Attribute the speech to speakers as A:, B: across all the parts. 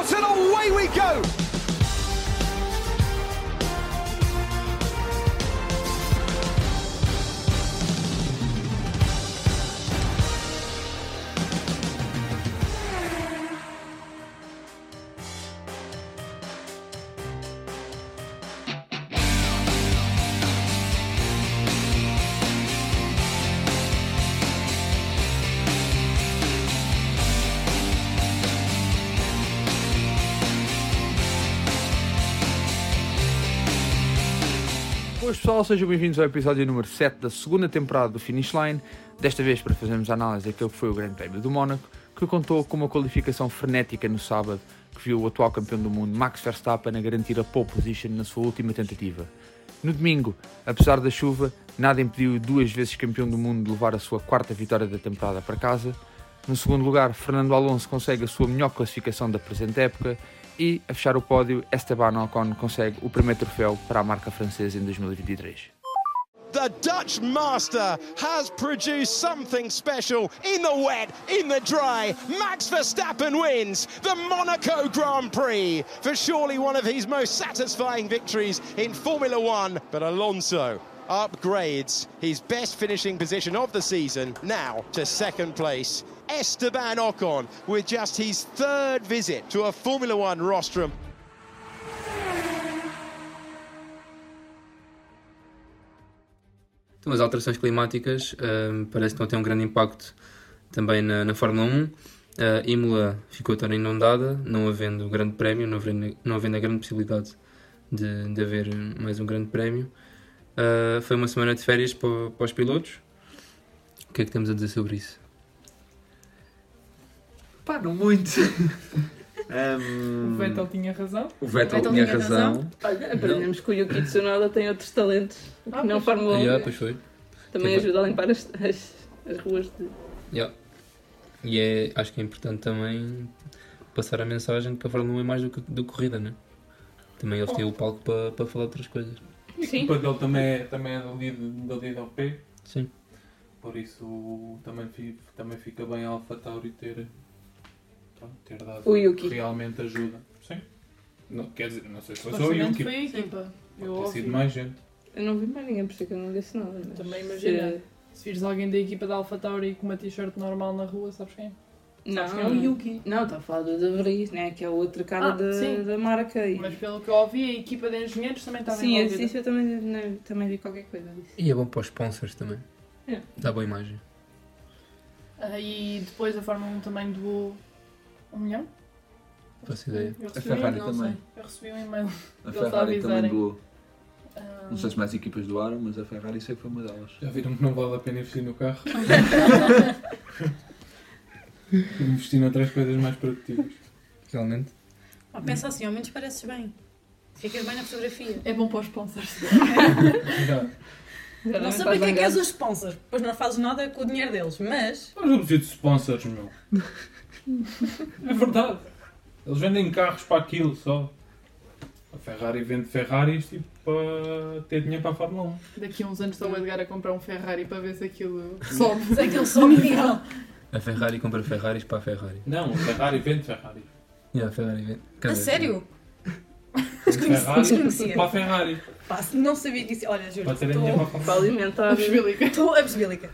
A: away we go!
B: Boas pessoal, sejam bem-vindos ao episódio número 7 da segunda temporada do Finish Line, desta vez para fazermos a análise daquele que foi o Grande Prémio do Mónaco, que contou com uma qualificação frenética no sábado, que viu o atual campeão do mundo Max Verstappen a garantir a pole position na sua última tentativa. No domingo, apesar da chuva, nada impediu o duas vezes campeão do mundo de levar a sua quarta vitória da temporada para casa. No segundo lugar, Fernando Alonso consegue a sua melhor classificação da presente época e, a fechar o pódio, Esteban Ocon consegue o primeiro troféu para a marca francesa em 2023.
C: The Dutch master has produced something special in the wet, in the dry. Max Verstappen wins the Monaco Grand Prix for surely one of his most satisfying victories in Formula One. But Alonso upgrades his best finishing position of the season now to second place. Esteban Ocon with just his third visit to a Formula One rostrum.
D: Então, as alterações climáticas ahm, parece que estão a ter um grande impacto também na, na Fórmula 1. A Imola ficou toda inundada, não havendo grande prémio, não havendo, não havendo a grande possibilidade de, de haver mais um grande prémio. Ah, foi uma semana de férias para, para os pilotos. O que é que temos a dizer sobre isso?
E: Pá, não muito.
F: O
E: Ahm,
F: Vettel tinha razão.
E: o Vettel,
G: Vettel
E: tinha
G: tinha
E: razão.
G: Olha, aprendemos que o Yuki Tsunoda tem outros talentos que
F: Ah,
G: não
F: pois.
G: Fórmula 1.
D: Yeah, pois foi.
G: Também
D: Tipo-
G: ajuda a limpar as, as, as ruas de.
D: Yeah. E é, acho que é importante também passar a mensagem que a Fórmula 1 é mais do que do que corrida, né? Também eles têm o palco para, para falar de outras coisas.
G: Sim.
H: O dele também é, também é da líder da LDLP,
D: Sim.
H: por isso também, fi- também fica bem a Alpha Tauri ter, pronto, ter dado
G: O Yuki.
H: realmente ajuda. Sim. Não, quer dizer, não sei se foi só o
F: Supostamente
H: Yuki,
F: foi
H: pode
F: a equipa. Eu
H: ter sido
F: ouvi.
H: mais gente.
G: Eu não vi mais ninguém, por isso é que eu não disse nada. Mas
F: Também
G: imagina.
F: imaginei. Se vires alguém da equipa da Alpha Tauri com uma t-shirt normal na rua, sabes quem?
G: Não,
F: Sabes quem é o Yuki.
G: Não, estou a falar do De Vries, né? que é o outro cara
F: Ah,
G: da-
F: sim.
G: da marca. E...
F: Mas pelo que eu ouvi, a equipa de engenheiros também estava
G: Sim,
F: envolvida.
G: esse- isso eu também, né, também vi qualquer coisa disso.
D: E é bom para os sponsors também.
G: É.
D: Dá boa imagem.
F: Ah, E depois a Fórmula 1 também doou um milhão.
D: Faço ideia.
F: Eu
E: É, A
F: recebi, um,
E: Ferrari
F: não
E: também.
F: sei. Eu recebi um e-mail.
E: A
F: Eles a
E: Ferrari também
F: avisarem.
E: doou.
F: Ah,
E: Não sei se mais equipas doaram, mas a Ferrari sei que foi uma delas.
H: Já viram que não vale a pena investir no carro? investir noutras coisas mais produtivas.
D: Realmente.
I: Ah, pensa assim, ao menos pareces bem. Ficas bem na fotografia.
F: É bom para os sponsors.
H: Já.
I: Não sei para que é que és os sponsors, pois não fazes nada com o dinheiro deles, mas.
H: Mas eu preciso de sponsors, meu. É verdade. Eles vendem carros para aquilo só. A Ferrari vende Ferraris tipo para ter dinheiro para a Fórmula 1.
F: Daqui a uns anos estou a Edgar a comprar um Ferrari para ver se aquilo sobe.
I: Sei que ele sobe nível.
D: A Ferrari compra Ferraris para a Ferrari.
H: Não, a Ferrari vende Ferrari.
D: E a Ferrari vende. Quer
I: A
D: dizer,
I: sério?
H: Vende Ferrari
I: desconhecia.
H: para a Ferrari.
I: Pá, não sabia que isso. Olha, juro,
H: Para terem dinheiro para a Fórmula um.
G: Para alimentar.
I: estou absbílica.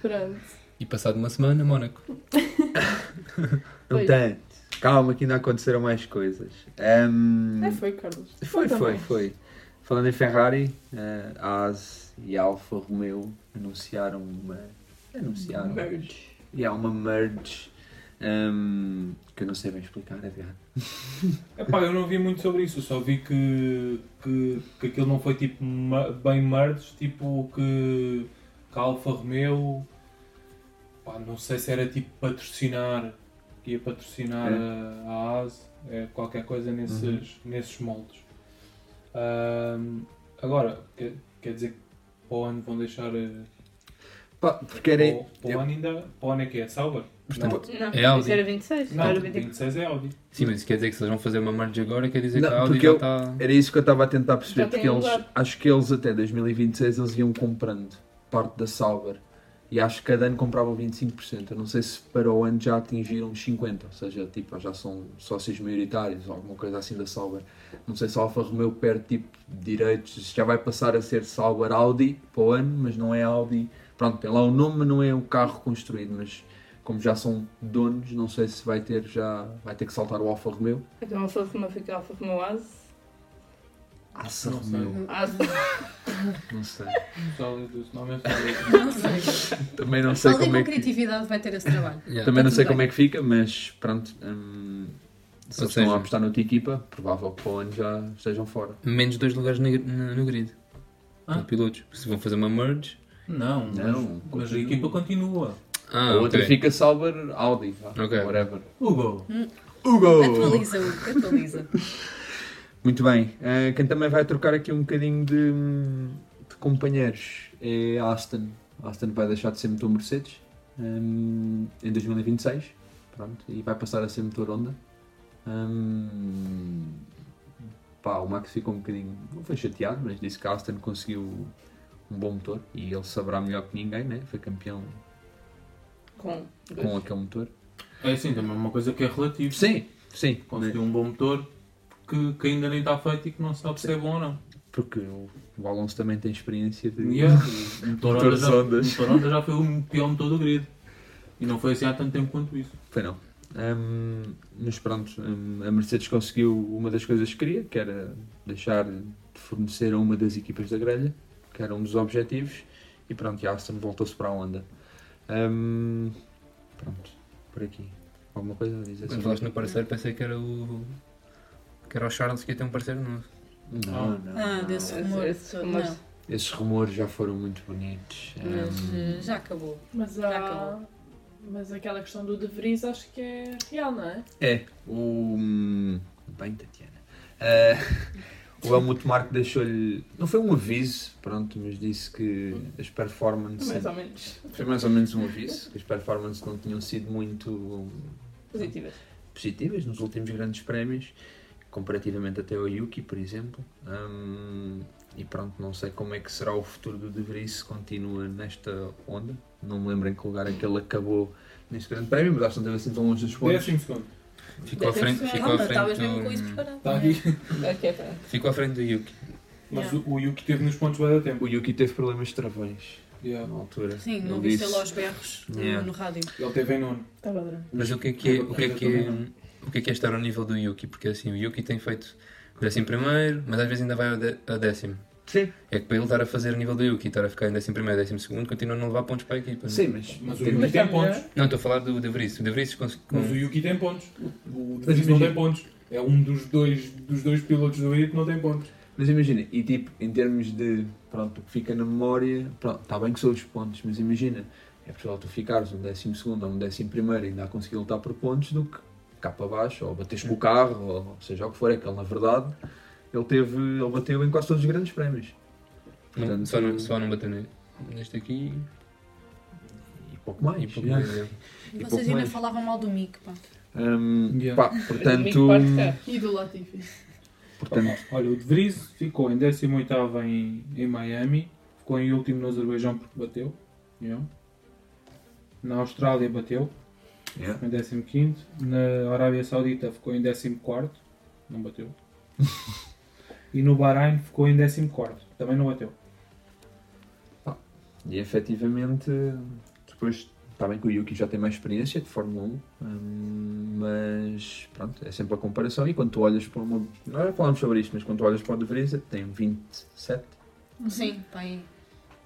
F: Pronto.
D: E passado uma semana, Mónaco.
E: Não
F: Pois.
E: tanto. Calma que ainda aconteceram mais coisas. Ahm,
F: É, foi, Carlos.
E: foi,
F: foi
E: foi,
F: também.
E: foi. Falando em Ferrari, eh, a Haas e a Alfa Romeo anunciaram uma. Anunciaram.
G: Merge.
E: E há uma merge ahm, que eu não sei bem explicar, é Edgar.
H: Epá, eu não vi muito sobre isso, só vi que, que, que aquilo não foi tipo ma- bem merge, tipo que, que a Alfa Romeo, pá, não sei se era tipo patrocinar, que ia patrocinar
E: É. Uhum.
H: a, a AS, é, qualquer coisa nesses, nesses moldes. Ahm, agora, quer, quer dizer que para o ano vão deixar. eh,
E: Pá, porque era.
H: Para, o- para o ano ainda. Para o ano é que é? Sauber?
D: Portanto,
G: Não,
D: É Audi.
G: isso era 26.
H: Não,
G: era 24.
H: 26 é Audi.
D: sim, mas isso quer dizer que se eles vão fazer uma merge agora, quer dizer
E: Não,
D: que a Audi
E: porque
D: já tá-
E: eu-
D: está.
E: Era isso que eu estava a tentar perceber,
G: Já tem
E: porque eles,
G: lugar.
E: acho que eles até 2026 eles iam comprando parte da Sauber
B: E acho que cada ano compravam 25%. Eu não sei se para o ano já atingiram os 50%, ou seja, tipo, já são sócios maioritários ou alguma coisa assim da Sauber. Não sei se a Alfa Romeo perde tipo direitos, já vai passar a ser Sauber Audi para o ano, mas não é Audi. Pronto, tem lá o nome, mas não é o carro construído, mas como já são donos, não sei se vai ter já vai ter que saltar o Alfa Romeo.
I: Então Alfa Romeo fica Alfa Romeo As.
B: Alfa Romeo,
I: As.
B: não sei.
H: Sólido, esse nome é sólido.
F: Não sei.
B: Também não sei
F: Alguém
B: como é
F: com
B: que
F: criatividade vai ter esse trabalho.
B: Também
D: Yeah.
F: Tá
B: não
F: tudo
B: sei
F: bem.
B: como é que fica, mas pronto. hum, se
D: Ou
B: eles estão
D: seja-
B: a apostar noutra equipa, provável que para o ano já estejam fora.
D: Menos dois lugares na- na- no grid.
H: Ah.
D: De pilotos. Se vão fazer uma merge.
H: Não, mas-
B: Não,
H: mas, a equipa continua.
D: Ah,
B: a outra
D: ok.
B: fica Sauber Audi, vá,
D: Ok.
B: whatever.
H: Hugo,
B: Oh. Hugo!
F: Atualiza, Hugo, atualiza.
B: Muito bem, eh, quem também vai trocar aqui um bocadinho de, hum, de companheiros é a Aston. A Aston vai deixar de ser motor Mercedes hum, em 2026 pronto, e vai passar a ser motor Honda. Hum, pá, o Max ficou um bocadinho, não foi chateado, mas disse que a Aston conseguiu um bom motor e ele saberá melhor que ninguém, né? foi campeão
I: Com.
B: com aquele motor.
H: é assim, também é uma coisa que é relativa.
B: Sim, sim,
H: Conseguiu um bom motor que, que ainda nem está feito e que não se sabe se é bom ou não. é,
B: porque o, o Alonso também tem experiência de.
H: Yeah, o motor Honda
B: Motor
H: um já, o
B: sondas.
H: motor Honda já foi o pior motor do grid. E não foi assim há tanto tempo quanto isso.
B: Foi não. Hum, mas pronto, hum, a Mercedes conseguiu uma das coisas que queria, que era deixar de fornecer a uma das equipas da grelha, que era um dos objetivos, e pronto, e a Aston voltou-se para a onda. Hum, pronto, por aqui. Alguma coisa a dizer
D: Quando
B: sobre
D: falaste
B: isso?
D: no parceiro, pensei que era o. que era o Charles que ia ter um parceiro novo.
B: Não, não.
F: Ah,
B: não.
F: desse
I: Esse-
F: rumor.
I: esse
F: todo,
I: rumor.
F: Não,
B: Esses rumores já foram muito bonitos.
F: mas
B: Hum,
F: eh, já acabou.
J: Mas
F: Já
J: há.
F: acabou.
J: Mas aquela questão do De Vries acho que é real, não é?
B: É, o. hum, Bem, Tatiana. Ah, o Helmut Marko deixou-lhe. Não foi um aviso, pronto, mas disse que as performances.
I: Mais ou menos
B: Foi mais ou menos um aviso, que as performances não tinham sido muito hum,
I: positivas.
B: positivas nos últimos grandes prémios, comparativamente até ao Yuki, por exemplo. Hum, e pronto, não sei como é que será o futuro do De Vries se continua nesta onda. Não me lembro em que lugar é que ele acabou neste grande prémio, mas acho que não esteve assim tão longe dos pontos.
H: Décimo segundo.
D: Ficou à
I: Deve
D: frente,
I: ser.
D: ficou à
F: Calma,
D: frente
F: estavas mesmo com isso
D: do.
F: preparado.
H: Está aqui.
I: Aqui é para.
D: Ficou à frente do Yuki.
H: Mas o, o Yuki teve nos pontos vai dar tempo.
B: O Yuki teve problemas de travões
H: Yeah.
B: na altura.
F: Sim,
B: Ele
F: não viste
B: disse-
F: ele aos berros no-
B: Yeah.
F: no rádio.
H: Ele teve em nono.
J: Estava a dormir.
D: Mas o que é que é, o que é, que
H: Também
D: é,
H: não.
D: o que é, que é estar ao nível do Yuki? Porque assim, o Yuki tem feito décimo primeiro, mas às vezes ainda vai ao dé- a décimo.
B: Sim.
D: É que para ele estar a fazer a nível do Yuki, estar a ficar em décimo primeiro, décimo segundo, continua a não levar pontos para a equipa. né?
B: Sim, mas,
H: Mas o Yuki
J: está
H: tem pontos.
J: melhor.
D: Não, estou a falar do De Vries. O De Vries cons- com-
H: Mas o Yuki tem pontos. O, o De
B: Mas
H: Vries não
B: imagina.
H: tem pontos. É um dos dois, dos dois pilotos do grid que não tem pontos.
B: mas imagina, e tipo, em termos de pronto, o que fica na memória, pronto, está bem que são os pontos, mas imagina, é possível tu ficares um décimo segundo ou um décimo primeiro e ainda a conseguir lutar por pontos do que cá para baixo, ou bateres com o carro, ou seja o que for, é que ele na verdade ele teve, ele bateu em quase todos os grandes prémios.
D: não-
B: Portanto,
D: só, não, só não bateu ne- neste aqui
B: E pouco mais.
D: e pouco
B: já.
D: mais. é.
F: E
B: pouco
F: vocês ainda
B: mais.
F: falavam mal do Mick, pá.
B: Hum,
H: Yeah.
B: pá, portanto,
J: E do Latifi.
B: portanto,
H: Olha, o De Vries ficou em 18º em, em Miami, ficou em último no Azerbaijão porque bateu. não? Na Austrália bateu,
B: yeah.
H: ficou em 15º. Na Arábia Saudita ficou em 14º, não bateu. e no Bahrein ficou em 14º, também não bateu.
B: E efetivamente, depois, está bem que o Yuki já tem mais experiência de Fórmula 1, hum, mas pronto, é sempre a comparação. E quando tu olhas para uma. Nós já falámos é sobre isto, mas quando tu olhas para o De Vries, tem 27,
I: Uhum.
F: Sim, pá. aí.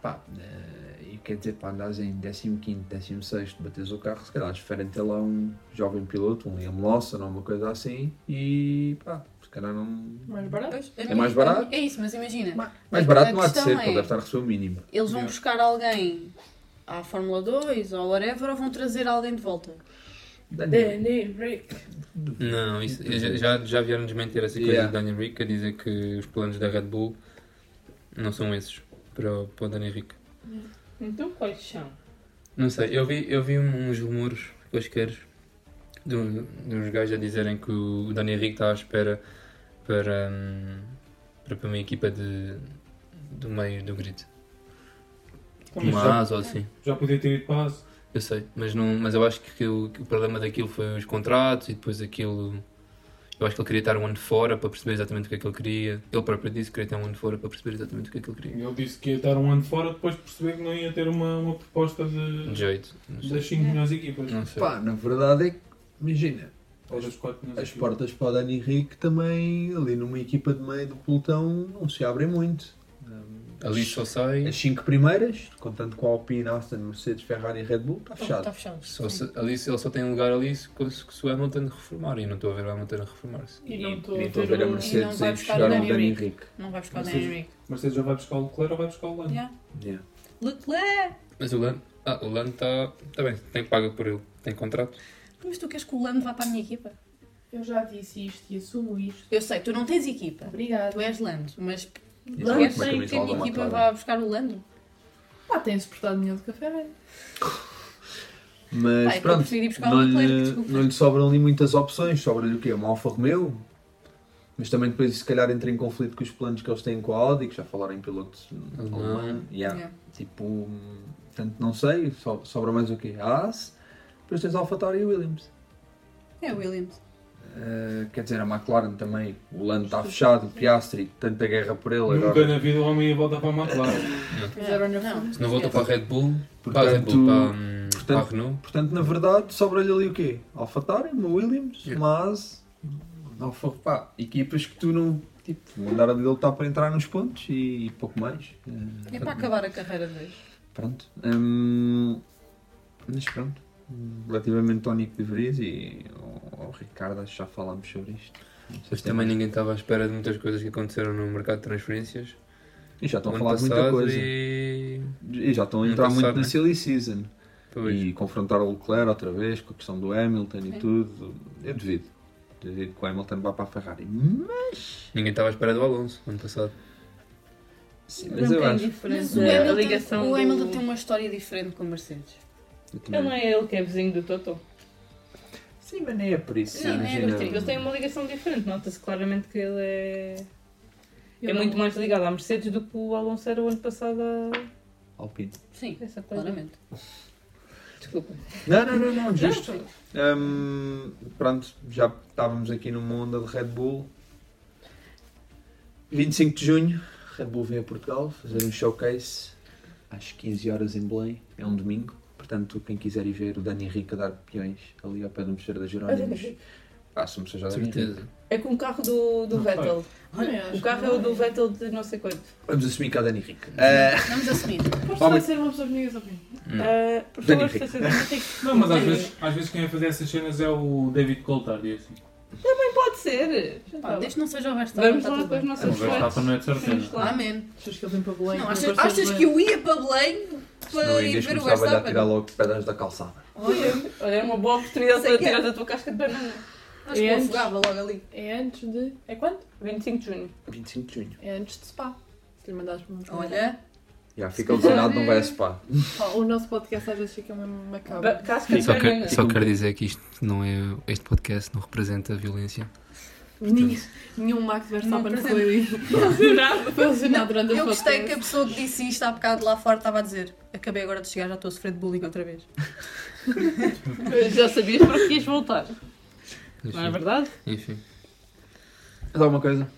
B: pá, eh, e quer dizer, pá, andares em 15, 16, bates o carro, se calhar esperem ter lá um jovem piloto, um Liam Lawson ou uma coisa assim, e pá, se calhar não.
J: Mais barato.
F: Pois, a
B: mais barato?
F: É isso, mas imagina.
B: Mais barato
F: A
B: não há de
F: questão
B: ser,
F: é-
B: ele deve estar a receber o mínimo.
F: Eles vão
H: Yeah.
F: buscar alguém à Fórmula 2 ou whatever ou vão trazer alguém de volta.
B: Daniel,
J: Danny, Rick.
D: Não, isso, já- já, já vieram desmentir essa coisa
B: Yeah.
D: do Daniel Rick a dizer que os planos da Red Bull não são esses para, o- para o Daniel Rick.
I: Então quais são?
D: Não sei, eu vi, eu vi uns rumores cosqueiros de, um- de uns gajos a dizerem que o Dani Henrique está à espera para, hum, para, para uma equipa de, do meio do grid.
H: Também
D: uma
H: já,
D: asa ou assim.
H: já podia ter ido para a ASO.
D: Eu sei, mas, não, mas eu acho que o, que o problema daquilo foi os contratos e depois aquilo. Eu acho que ele queria estar um ano fora para perceber exatamente o que é que ele queria. Ele próprio disse que queria estar um ano fora para perceber exatamente o que é que ele queria.
H: Ele disse que ia estar um ano fora, depois perceber que não ia ter uma, uma proposta
D: De
H: de,
D: jeito. Não sei.
H: das 5 melhores equipas.
D: Não sei.
E: Pá, na verdade é que, imagina,
H: Ou das 4 melhores
E: as
H: equipas.
E: portas para o Dani Henrique também, ali numa equipa de meio do pelotão, não se abrem muito.
D: Ali só sai.
E: As cinco primeiras, contando com a Alpine, Aston, Mercedes, Ferrari e Red Bull,
I: Tá
E: está fechado.
I: Está fechado.
D: Só se, ali, ele só tem um lugar ali se, se, se o Hamilton reformar. E eu não estou a ver o Hamilton a reformar-se.
F: E não estou
E: Nem
F: a um-
E: estou a
F: ver
E: ver a
F: o...
I: Mercedes.
E: Mercedes
I: vai
E: a
I: buscar
E: chegar ao
I: o
E: Dani
I: Dani
E: Henrique.
I: Não vai buscar o
H: Mas
I: Daniel
H: seja-
I: Henrique.
H: Mercedes já vai buscar o Leclerc ou vai buscar o Lando.
I: Yeah.
E: Yeah.
I: Leclerc!
D: Mas o Lando. Ah, o Lando está. Está bem, tem que pagar por ele. Tem contrato.
I: Mas tu queres que o Lando vá para a minha equipa?
F: Eu já disse isto e assumo isto.
I: Eu sei, tu não tens equipa.
F: Obrigado.
I: Tu és Lando, mas
E: Isso
I: queres
E: é uma
I: que a
E: camisola
I: minha equipa
E: matada.
I: vá buscar o Lando?
F: Ah, tem-se portado dinheiro de café, velho.
E: Mas
I: Pá, eu
E: pronto,
I: prefiro ir buscar o
E: não
I: Leclerc,
E: lhe,
I: é desculpa.
E: não lhe sobram ali muitas opções. Sobra-lhe o quê? Uma Alfa Romeo? Mas também depois, se calhar, entra em conflito com os planos que eles têm com a Audi, que já falaram em pilotos
D: Alemão.
E: alemão. Yeah.
I: Yeah.
E: Tipo, hum, portanto, não sei. so- sobra mais o quê? A Haas, depois tens a Alfa Tauri e a Williams.
I: É o Williams.
E: Eh, quer dizer, a McLaren também. O Lando está fechado, o Piastri, tanta guerra por ele
H: Nunca
E: agora.
H: na vida o homem ia voltar para a McLaren.
F: Fizeram-lhe a
I: Não.
F: fuga.
D: Se não volta para a Red Bull. para a Red
E: Portanto,
D: Bull, para, hum,
E: portanto-
D: para a Renault.
E: Portanto, na verdade, sobra-lhe ali o quê? Alfa Tauri, uma Williams,
D: Yeah.
E: mas não foi, pá, equipas que tu não, tipo, o andar dele está para entrar nos pontos e pouco mais. Eh,
I: É para acabar a carreira dele.
E: Pronto. Hum, mas pronto. Relativamente ao Nico de Vries e ao, ao Ricardo, acho que já falámos sobre isto. Não sei
D: Mas
E: se tem
D: também
E: mais.
D: ninguém estava à espera de muitas coisas que aconteceram no mercado de transferências.
E: E já estão a
D: Ano
E: falar de muita
D: passado
E: coisa. E...
D: E...
E: já estão a
D: ano
E: entrar muito
D: passado,
E: na
D: né?
E: Silly Season.
D: Pois.
E: E confrontar o Leclerc outra vez com a questão do Hamilton e tudo. Eu duvido. Duvido que o Hamilton vá para a Ferrari.
D: Ninguém estava à espera do Alonso ano passado.
E: Sim,
G: Mas eu acho.
I: Mas
G: Diferença.
I: o
G: A
I: Hamilton,
G: ligação
I: o Hamilton tem
G: do...
I: uma história diferente com a Mercedes.
E: Eu
G: Ele não
E: também.
G: é ele que é vizinho do Toto.
E: Sim, mas nem é por isso.
I: Não,
E: imagina.
I: é, mas
G: tipo. Eles têm uma ligação diferente. Nota-se claramente que ele é...
F: Eu
G: é
F: não-
G: muito mais ligado à Mercedes do que o Alonso era o ano passado a
E: Alpine.
I: Sim,
G: essa coisa.
I: claramente.
G: Desculpa.
E: Não, não, não, não, justo. Hum, pronto, já estávamos aqui numa onda de Red Bull. 25 de junho, Red Bull vem a Portugal fazer um showcase às 15 horas em Belém. É um domingo. Portanto, quem quiser ir ver o Dani Henrique a dar peões ali ao pé do Mosteiro da Jerónimos, passa-me seja o Dani Henrique.
D: certeza.
G: É com o carro do, do
H: Não
G: Vettel.
F: Olha, acho
G: O carro é o do Vettel de não sei quanto.
E: Vamos assumir que é o Dani Henrique. Ah,
I: Vamos assumir.
F: Podes
E: Homem.
F: só ser uma pessoa que ninguém sabe.
G: Ah, por
E: Dani
G: favor,
E: Rico.
G: estaciona Rico.
H: Não, mas às vezes, às vezes quem vai fazer essas cenas é o David Coulthard e assim.
G: Pode ser.
I: Pá, desde que não seja o Verstappen,
G: Vamos
I: está
G: lá
I: tudo
G: com as
I: bem.
H: O
G: nossas
H: Verstappen
G: fotos.
H: não é de
G: Vamos
H: certeza.
G: lá.
I: Amém.
F: Achas que ele vem para Belém?
I: Não, é.
F: Vai
I: achas,
F: parecer
I: achas
F: bem.
I: que eu ia para Belém
E: senão
I: para
E: o
I: ir
E: Inês
I: ver o
E: começava a
I: Verstappen?
E: tirar logo pedaços da calçada.
G: Olha, olha, era uma boa oportunidade
I: Sei
G: para
I: que é.
G: tirar da tua casca de banana.
I: Acho que
F: É
I: eu
F: antes.
I: afogava logo ali.
F: É antes de. É quando?
G: 25 de junho.
E: 25 de junho.
F: É antes de Spa. Se lhe mandares para uma
I: Olha,
E: Já fica lesionado, não vai a spa.
F: Pá, O nosso podcast às vezes fica mesmo
G: Ba-
F: macabro.
G: Casca de
D: Só,
G: banana.
D: quero, só quero dizer que isto não é. Este podcast não representa violência.
F: Nenhum, nenhum Max Verstappen
I: Não
F: foi foi lesionado durante
I: eu
F: o podcast.
I: gostei que a pessoa que disse isto há bocado lá fora estava a dizer acabei agora de chegar, já estou a sofrer de bullying outra vez.
G: Já sabias para que ias voltar. Não é
D: Enfim.
G: verdade?
D: Enfim.
E: Mais alguma coisa?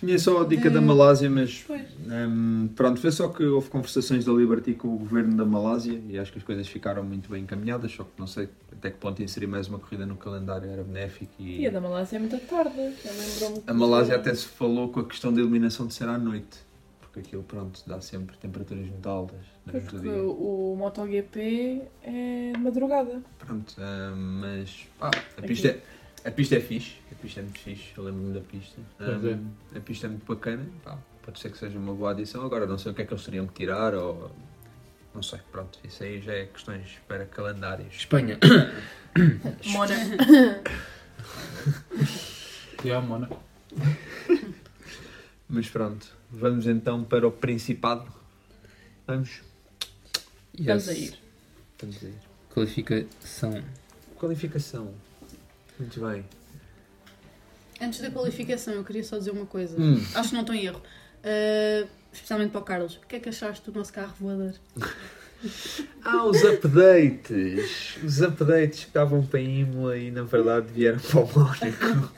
E: Tinha só a dica da Malásia, mas hum, pronto, foi só que houve conversações da Liberty com o governo da Malásia e acho que as coisas ficaram muito bem encaminhadas, só que não sei até que ponto inserir mais uma corrida no calendário era benéfico e,
F: E a da Malásia é muito tarde. Eu lembro-me.
E: a Malásia até se falou com a questão da iluminação de ser à noite, porque aquilo pronto dá sempre temperaturas muito altas durante
F: Porque
E: o É, dia.
F: o MotoGP é de madrugada.
E: Pronto, hum, mas pá, a pista é. A pista é fixe, a pista é muito fixe, eu lembro-me da pista.
H: Pois
E: Hum, A pista é muito bacana, pá, pode ser que seja uma boa adição. Agora não sei o que é que eles teriam que tirar ou. Não sei, pronto, isso aí já é questões para calendários.
D: Espanha.
F: Mona.
H: E a Mona.
E: Mas pronto, vamos então para o Principado. Vamos.
D: Yes.
G: a ir.
E: Estamos a ir.
D: Qualificação.
E: Qualificação. Muito bem.
I: Antes da qualificação, eu queria só dizer uma coisa.
E: Hum.
I: Acho que não estou em erro. Uh,
J: Ah, especialmente para o Carlos, o que é que achaste do nosso carro voador?
E: Ah, os updates! Os updates que estavam para a Imola e na verdade vieram para o Mónaco.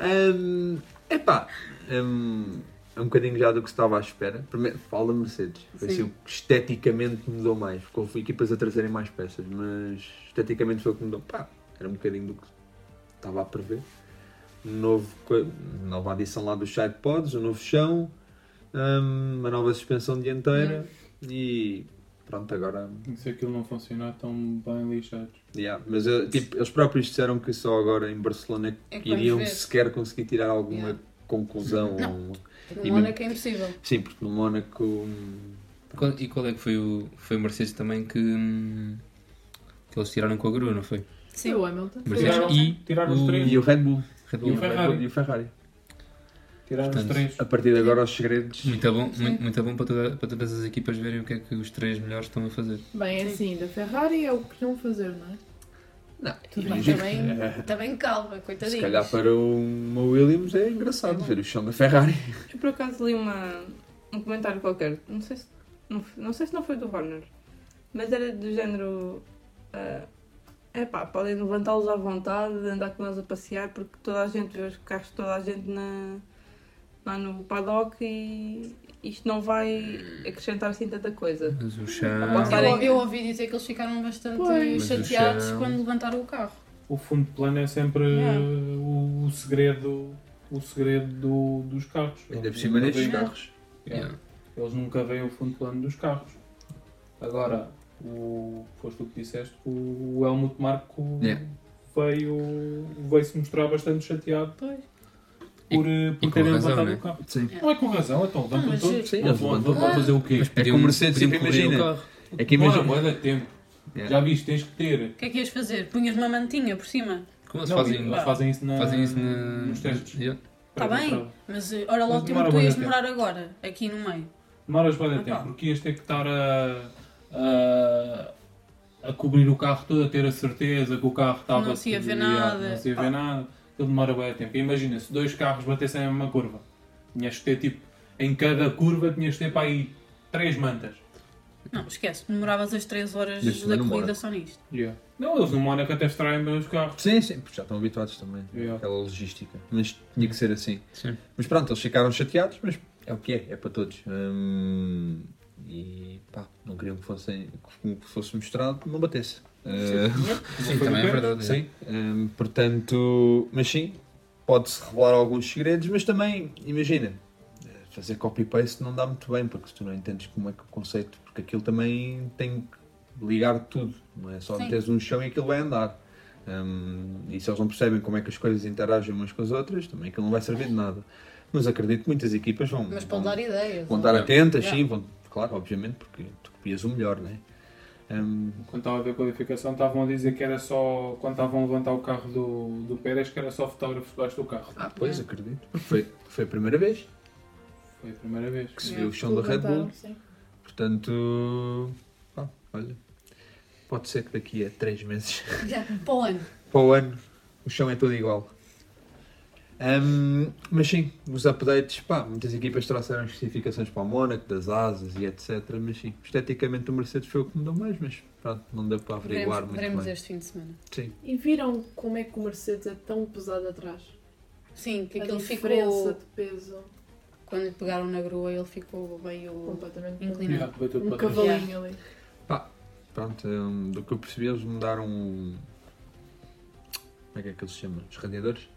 E: Hum, epá, hum, é um bocadinho já do que se estava à espera. Primeiro, falo da Mercedes. Foi assim,
J: Sim.
E: o que esteticamente mudou mais, porque houve equipas a trazerem mais peças, mas esteticamente foi o que mudou. Pá, era um bocadinho do que estava a prever. Um novo, co- nova adição lá dos sidepods, um novo chão, hum, uma nova suspensão dianteira e pronto, agora
H: Se aquilo é não funcionar, estão bem lixados.
E: Yeah, mas eh, tipo, eles próprios disseram que só agora em Barcelona
J: É que vamos
E: iriam
J: ver.
E: sequer conseguir tirar alguma
J: Yeah.
E: conclusão.
J: Não.
E: ou um-
J: No
E: E
J: Mónaco é impossível.
E: Sim, porque no Mónaco. hum,
D: Qual- e qual é que foi o, foi o Mercedes também que, hum, que eles tiraram com a grua, não foi?
J: Sim, o Hamilton.
D: Mercedes
H: Tiraram-
D: e
H: tiraram os
D: o-
H: três.
E: E o Red Bull.
D: Red
H: E o
D: Bull.
H: Ferrari.
E: E o Ferrari.
H: Tiraram
D: Portanto,
H: os três.
E: A partir de agora, os segredos.
D: Muito bom, muito, muito bom para, toda- para todas as equipas verem o que é que os três melhores estão a fazer.
J: Bem, é assim, da Ferrari é o que não fazer, não é?
F: Tudo bem, também,
I: Tá
F: também calma,
E: Se
F: coitadinho.
E: calhar para uma Williams é engraçado ver o chão da Ferrari.
I: Eu por acaso li uma, um comentário qualquer, não sei se não, f- não sei se não foi do Horner, mas era do género. é pá, podem levantá-los à vontade, andar com eles a passear, porque toda a gente vê os carros, de toda a gente na, lá no paddock e isto não vai acrescentar assim tanta coisa.
D: Mas o chão.
I: Opa,
J: Eu,
I: Estarem-
J: eu ouvi dizer que eles ficaram bastante
D: Mas o
J: chateados
D: chão-
J: quando levantaram o carro.
H: O fundo de plano é sempre
J: Yeah.
H: o, o segredo, o segredo do- dos carros.
E: Ainda por
H: Eles
E: cima
H: nunca
E: destes
H: veem-
J: é?
E: carros.
H: Yeah.
D: Yeah.
H: Eles nunca veem o fundo de plano dos carros. Agora, o, foste tu que disseste, o, o Helmut Marco
E: Yeah.
H: veio, veio-se mostrar bastante chateado
J: Pois.
H: por, eh, por
D: com
H: terem
D: razão,
H: levantado
D: né?
H: o carro.
E: Sim.
H: Não é com Ah. razão, então levantam
J: mas-
H: todos.
E: Sim,
H: Vão-
E: eles
H: vão-
E: levantam
H: vão fazer o quê?
E: É
D: Podiam-
E: como Mercedes,
D: podiam
E: tipo,
D: correr o
E: imagina.
D: carro.
E: É que
H: Demora
E: imagina.
H: bué de tempo.
E: Yeah.
H: Já viste, tens que ter.
J: O que é que ias fazer? Punhas uma mantinha por cima?
D: Como eles
H: Não,
D: fazem,
H: eles fazem isso, na-
D: fazem isso na-
H: nos testes.
D: Yeah.
J: Está
H: Para entrar.
J: Tá bem, mas eh, ora
H: Mas
J: lá o tempo
H: demora
J: que tu
H: bué
J: ias
H: de
J: demorar agora, aqui no meio.
H: Demoras bem de
J: Ah,
H: tempo,
J: pá.
H: porque ias ter que estar a, a, a cobrir o carro todo, a ter a certeza que o carro estava...
J: Não se ia ver
H: Yeah,
J: nada. Ah.
H: Não se ia
J: Pá.
H: ver nada. Ele demora bem de tempo. E Imagina, se dois carros batessem a mesma curva. Tinhas que ter, tipo, em cada curva tinhas que ter para aí três mantas.
J: Não, esquece, demoravas as 3 horas
E: Mas
J: da
E: também não
J: corrida
E: mora.
J: só nisto.
H: Não, eles no Mónaco até extraem bem os carros.
E: Sim, sim, porque já estão habituados também.
H: Yeah.
E: Aquela logística. Mas tinha que ser assim.
D: Sim.
E: Mas pronto, eles ficaram chateados, mas é o que é, é para todos. Hum, e pá, não queriam que, fossem, que fosse mostrado, não batesse. Eh,
D: Sim, também é verdade.
E: sim,
D: yeah.
E: hum, portanto, mas sim, pode-se revelar alguns segredos, mas também, imagina, eh, fazer copy-paste não dá muito bem, porque se tu não entendes como é que o conceito, porque aquilo também tem que ligar tudo, não é só
J: Sim.
E: meteres um chão e aquilo vai andar. Hum, e se eles não percebem como é que as coisas interagem umas com as outras, também aquilo não vai servir de nada. Mas acredito que muitas equipas vão,
F: Mas
E: vão,
F: pode dar ideias.
E: vão estar atentas, sim, vão, claro, obviamente, porque tu copias o melhor, não é? Hum,
H: Quando estava a ver a qualificação, estavam a dizer que era só... Quando estavam a levantar o carro do, do Pérez, que era só fotógrafos debaixo do carro.
E: ah,
J: É.
E: pois, acredito. Porque Foi, foi a primeira vez.
H: Foi a primeira vez.
E: que se
J: É,
E: viu o chão da Red Bull. Portanto, pá, olha, pode ser que daqui a 3 meses
J: Para o ano.
E: para o ano o chão é todo igual. Ahm, mas sim, os updates, pá, muitas equipas trouxeram especificações para o Mónaco, das asas e etc. Mas sim, esteticamente o Mercedes foi o que me deu mais, mas pronto, não deu para averiguar
J: Veremos,
E: muito
J: veremos
E: bem.
J: este fim de semana.
E: Sim,
G: E viram como é que o Mercedes é tão pesado atrás?
J: Sim, que
G: a
J: aquilo
G: diferença
J: ficou.
G: de peso
J: Quando pegaram na grua, ele ficou meio
G: completamente.
J: inclinado.
H: Bateu
G: Um
H: para trás.
G: cavalinho ali.
E: pronto, ahm, do que eu percebi eles mudaram o- como é que é que eles se chamam? Os radiadores?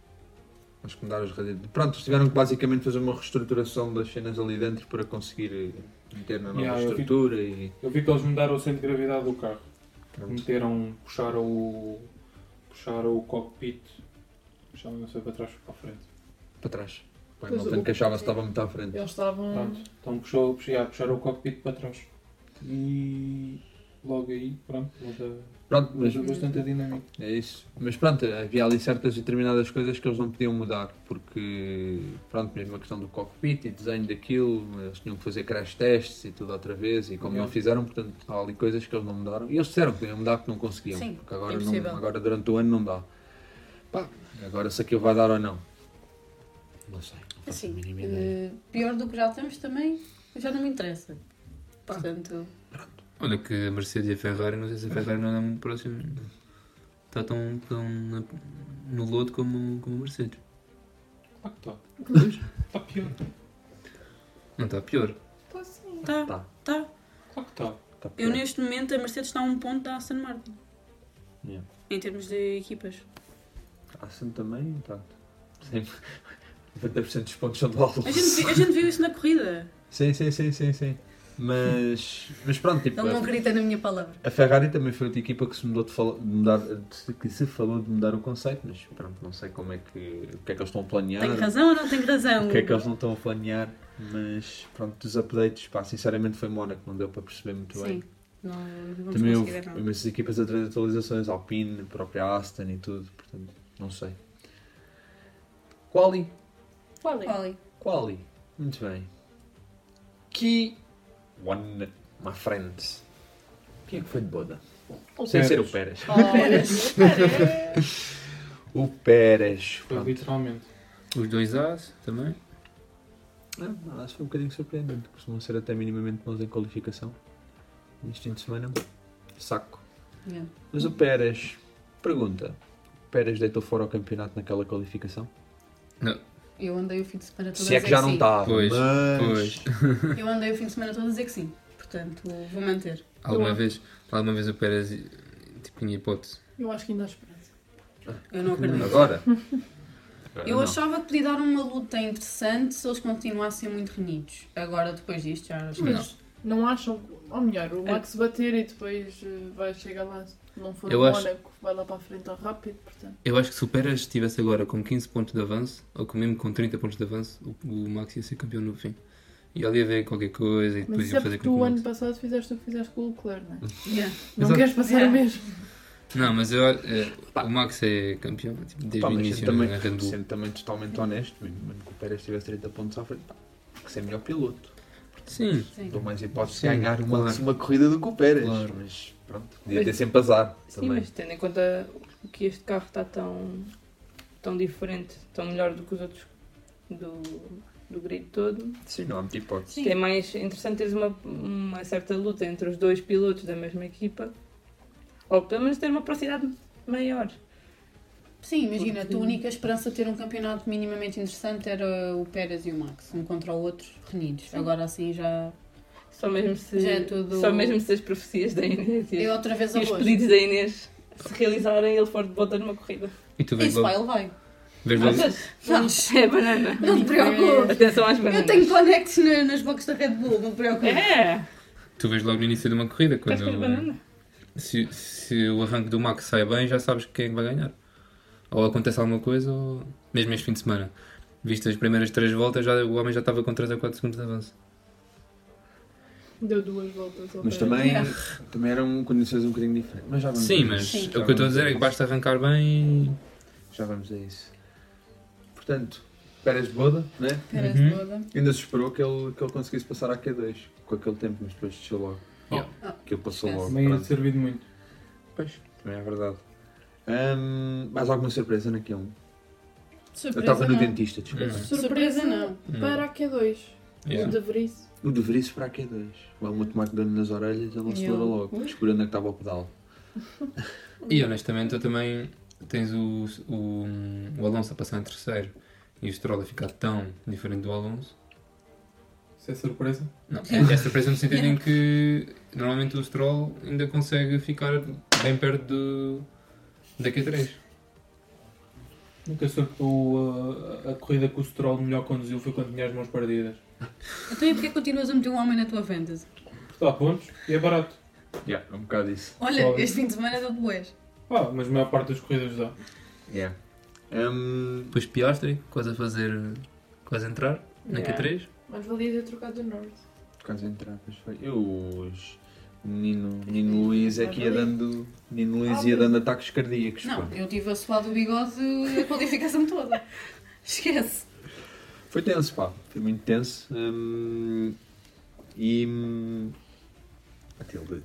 E: Acho que mudaram os radiadores. Pronto, eles tiveram que basicamente fazer uma reestruturação das cenas ali dentro para conseguir eh, meter na nova
H: Yeah, eu vi-
E: estrutura e.
H: Eu vi que eles mudaram o centro de gravidade do carro.
E: Pronto.
H: Meteram, puxaram o. puxaram o cockpit. Puxaram não sei para trás para a frente.
E: Para trás. O
G: Pois
E: Hamilton
G: o-
E: que achava se estava muito à frente.
G: Eles estavam.
H: Pronto. Então puxou, puxaram, puxaram o cockpit para trás. E logo aí, pronto, muda,
E: Pronto, mas
H: muda bastante a dinâmica.
E: é isso. Mas pronto, havia ali certas e determinadas coisas que eles não podiam mudar, porque pronto, mesmo a questão do cockpit e desenho daquilo, eles tinham que fazer crash tests e tudo outra vez, e como não
F: Uhum.
H: Yeah.
E: fizeram, portanto, há ali coisas que eles não mudaram. E eles disseram que iam mudar que não conseguiam,
J: Sim,
E: porque agora,
J: impossível.
E: não, agora durante o ano não dá. Pá, agora se aquilo vai dar ou não. Não sei. não faço a
J: Assim,
E: mínima ideia.
J: eh, pior do que já estamos também,
F: já não me interessa.
E: Tá.
F: Portanto,
D: Olha que a Mercedes e a Ferrari, não sei se a Ferrari não é muito próxima. Está tão, tão na- no lodo como, como a Mercedes.
H: Claro que está. Está pior.
D: Não está pior.
I: estou assim.
F: tá,
E: Tá.
F: tá.
H: Claro que está.
E: Tá
F: Eu
E: pior.
F: neste momento, a Mercedes está a um ponto da Aston Martin.
E: Yeah.
F: Em termos de equipas.
E: Assim também, tá. Sempre. 90% dos pontos são do Alonso.
F: A gente, vi- a gente viu isso na corrida.
E: Sim, sim, sim, sim, sim. Mas, mas pronto, tipo,
F: Ele não
E: a,
F: acredita na minha palavra.
E: a Ferrari também foi outra equipa que se mudou de, fala- de mudar, de- que se falou de mudar o conceito, mas pronto, não sei como é que, o que é que eles estão a planear,
F: Tenho razão ou não tenho razão?
E: o que é que eles não estão a planear, mas pronto, dos updates, pá, sinceramente foi Mónaco, não deu para perceber muito bem.
F: Sim. Não, não vamos
E: Também houve
F: conseguir ver nada.
E: imensas equipas a trazer atualizações, Alpine, a própria Aston e tudo, portanto, não sei. Quali?
G: Qual é?
F: Quali.
E: Quali? Muito bem. Que... One, my friends. Quem é que foi de boda? Sem ser o Pérez.
F: Oh,
E: O Pérez.
H: Foi
E: Pronto.
H: literalmente.
D: Os dois As também.
E: Ah, não, acho que foi um bocadinho surpreendente. Costumam ser até minimamente bons em qualificação. Neste fim de semana, saco.
F: Yeah.
E: Mas o Pérez, pergunta. O Pérez deitou fora o campeonato naquela qualificação?
F: Eu andei o fim de semana todo
E: Se
F: a
E: é
F: dizer
E: que já não
F: sim.
E: está.
D: Pois,
E: mas...
D: pois.
F: Eu andei o fim de semana todo a dizer que sim. Portanto, vou manter.
D: Alguma vez, alguma vez o Pérez tipo, tinha hipótese.
G: Eu acho que ainda há esperança.
F: Eu não acredito.
E: Agora?
F: Eu
E: não.
F: achava que podia dar uma luta interessante se eles continuassem muito reunidos. Agora, depois disto, já acho que não.
G: Mas não acham. Ou melhor, o Max bater e depois eh, vai chegar lá. Se Não for
D: Eu
G: o
D: acho-
G: Mónaco, vai lá para a frente tão rápido, portanto.
D: Eu acho que se o Pérez estivesse agora com 15 pontos de avanço, ou com mesmo com 30 pontos de avanço, o, o Max ia ser campeão no fim. E ali ia ver qualquer coisa e
G: Mas
D: depois
G: isso
D: ia
G: é
D: fazer
G: porque tu, ano
D: campeonato.
G: passado, fizeste o que fizeste com o Leclerc, não é?
F: Yeah.
G: Não
D: Exato.
G: queres passar o
F: Yeah.
G: mesmo.
D: Não, mas eu, eh, o Max é campeão tipo, desde
E: Pá,
D: o
E: mas
D: início
E: sendo
D: na Red
E: também,
D: Bull.
E: sendo também totalmente honesto, mesmo mesmo que o Pérez tivesse 30 pontos à frente, pá, tem que ser melhor piloto.
D: Sim,
F: Sim.
E: Dou mais hipótese de
D: Sim,
E: ganhar uma,
D: claro.
E: uma corrida do que o Pérez.
D: Claro.
E: Mas pronto, podia ter sempre azar
I: Sim,
E: também.
I: mas tendo em conta que este carro está tão, tão diferente, tão melhor do que os outros do, do grid todo,
E: Sim, não há muita hipótese.
I: é mais interessante teres uma, uma certa luta entre os dois pilotos da mesma equipa, ou pelo menos ter uma proximidade maior.
F: Sim, imagina, a tua única esperança de ter um campeonato minimamente interessante era o Pérez e o Max, um contra o outro, reunidos. Agora assim já.
I: Só mesmo se,
F: Já é tudo-
I: só mesmo se as profecias da Inês e,
F: Eu
I: os-
F: outra vez
I: e
F: ao
I: os
F: rosto.
I: pedidos da Inês se realizarem e ele for de volta numa corrida.
D: e tu vês
F: Isso vai,
D: logo,
F: ele vai.
D: vês logo,
F: Não,
I: É banana.
F: não te preocupes.
I: Atenção às bananas.
F: Eu tenho connect na- nas boxes da Red Bull, não te preocupes.
I: É!
D: tu vês logo no início de uma corrida.
I: Queres comer
G: né?
I: banana?
D: Quando, se, se o arranque do Max sai bem, já sabes quem é que vai ganhar. Ou acontece alguma coisa, ou mesmo este fim de semana. Viste as primeiras três voltas, já, o homem já estava com 3 a 4 segundos de avanço.
G: Deu duas voltas ao
E: Mas
G: Pérez.
E: também,
F: Yeah.
E: também eram condições um bocadinho diferentes. Mas já vamos
D: Sim,
E: a
D: mas
E: isso.
F: Sim.
D: o que eu estou a dizer é que basta arrancar bem e.
E: Já vamos a isso. Portanto, Pérez de Boda, né?
F: Pérez
D: Uhum.
F: toda.
E: ainda se esperou que ele, que ele conseguisse passar à Q2 com aquele tempo, mas depois desceu logo.
D: Yeah.
E: Que ele passou logo.
H: Também ia
E: pronto.
H: servido muito.
E: Também é verdade. Hum, mais alguma surpresa na Q1? Eu
G: Surpresa
E: estava no
G: não.
E: dentista, desculpa.
D: Hum.
F: Surpresa não.
G: Para a Q2.
D: Yeah.
G: O De Vries.
D: Hum.
E: O de Vries para a Q2. Vai uma tomate dano nas orelhas, ele acelera logo, escura onde é que estava o pedal.
D: E honestamente, eu também tens o, o, o Alonso a passar em terceiro e o Stroll a ficar tão diferente do Alonso.
H: Isso é surpresa.
D: Não, é, é surpresa no sentido em que normalmente o Stroll ainda consegue ficar bem perto do, da Q3.
H: Nunca surpreendeu a, a corrida que o Stroll melhor conduziu foi quando tinha as mãos perdidas.
F: Então e porquê continuas a meter um homem na tua fantasy?
H: Porque dá pontos e é barato.
E: Yeah, é um bocado isso.
F: Olha,
H: Óbvio.
F: este fim de semana deu boés.
H: Ah, mas a maior parte das corridas dá.
E: Yeah. Hum,
D: Depois Piastri, quase a fazer. quase a entrar na
G: Yeah.
D: Q3.
G: Mas valia ter trocado o Norris.
E: quase entrar, pois foi. Eu, os- Nino, Nino Luiz aqui é ia dando. Nino Luiz ia dando ataques cardíacos.
F: Ah, Não,
E: pá.
F: eu tive a suar do bigode a qualificação toda. Esquece.
E: Foi tenso, pá. Foi muito tenso. Hum, e. hum, Matilde.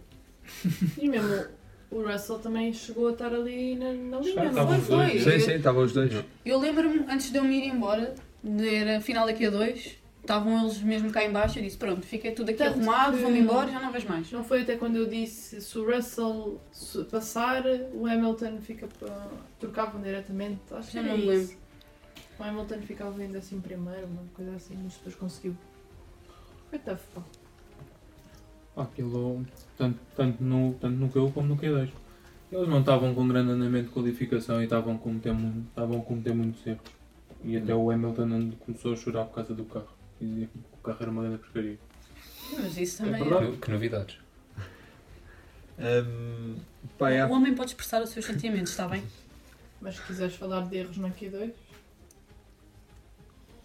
G: E mesmo o Russell também chegou a estar ali na, na linha, não
H: estavam
G: foi?
H: os dois.
G: Foi.
E: Sim, sim, estavam os dois.
F: Eu lembro-me, antes de eu me ir embora, de- era final da Q2, estavam eles mesmo cá em baixo, eu disse, pronto, fica tudo aqui
J: Tanto
F: arrumado,
J: que-
F: vou-me embora, já não vais mais.
J: Não foi até quando eu disse se o Russell se passar, o Hamilton fica para. trocavam diretamente. Acho que
F: Já
J: era
F: não me
J: isso. O Hamilton ficava ainda assim primeiro, uma coisa assim, mas depois conseguiu. Foi tough, pá.
H: Pá, Aquilo, tanto, tanto, no, tanto no Q1 como no Q2. Eles não estavam com grande andamento de qualificação e estavam a cometer, mu- estavam a cometer muitos erros.
E: Uhum.
H: E até o Hamilton and- começou a chorar por causa do carro. E dizia que o carro era uma grande porcaria.
F: Mas isso também é.
H: verdade.
D: Que, que novidades.
E: Hum, pá, é.
F: O homem pode expressar os seus sentimentos, está bem?
J: Mas se quiseres falar de erros na Q2,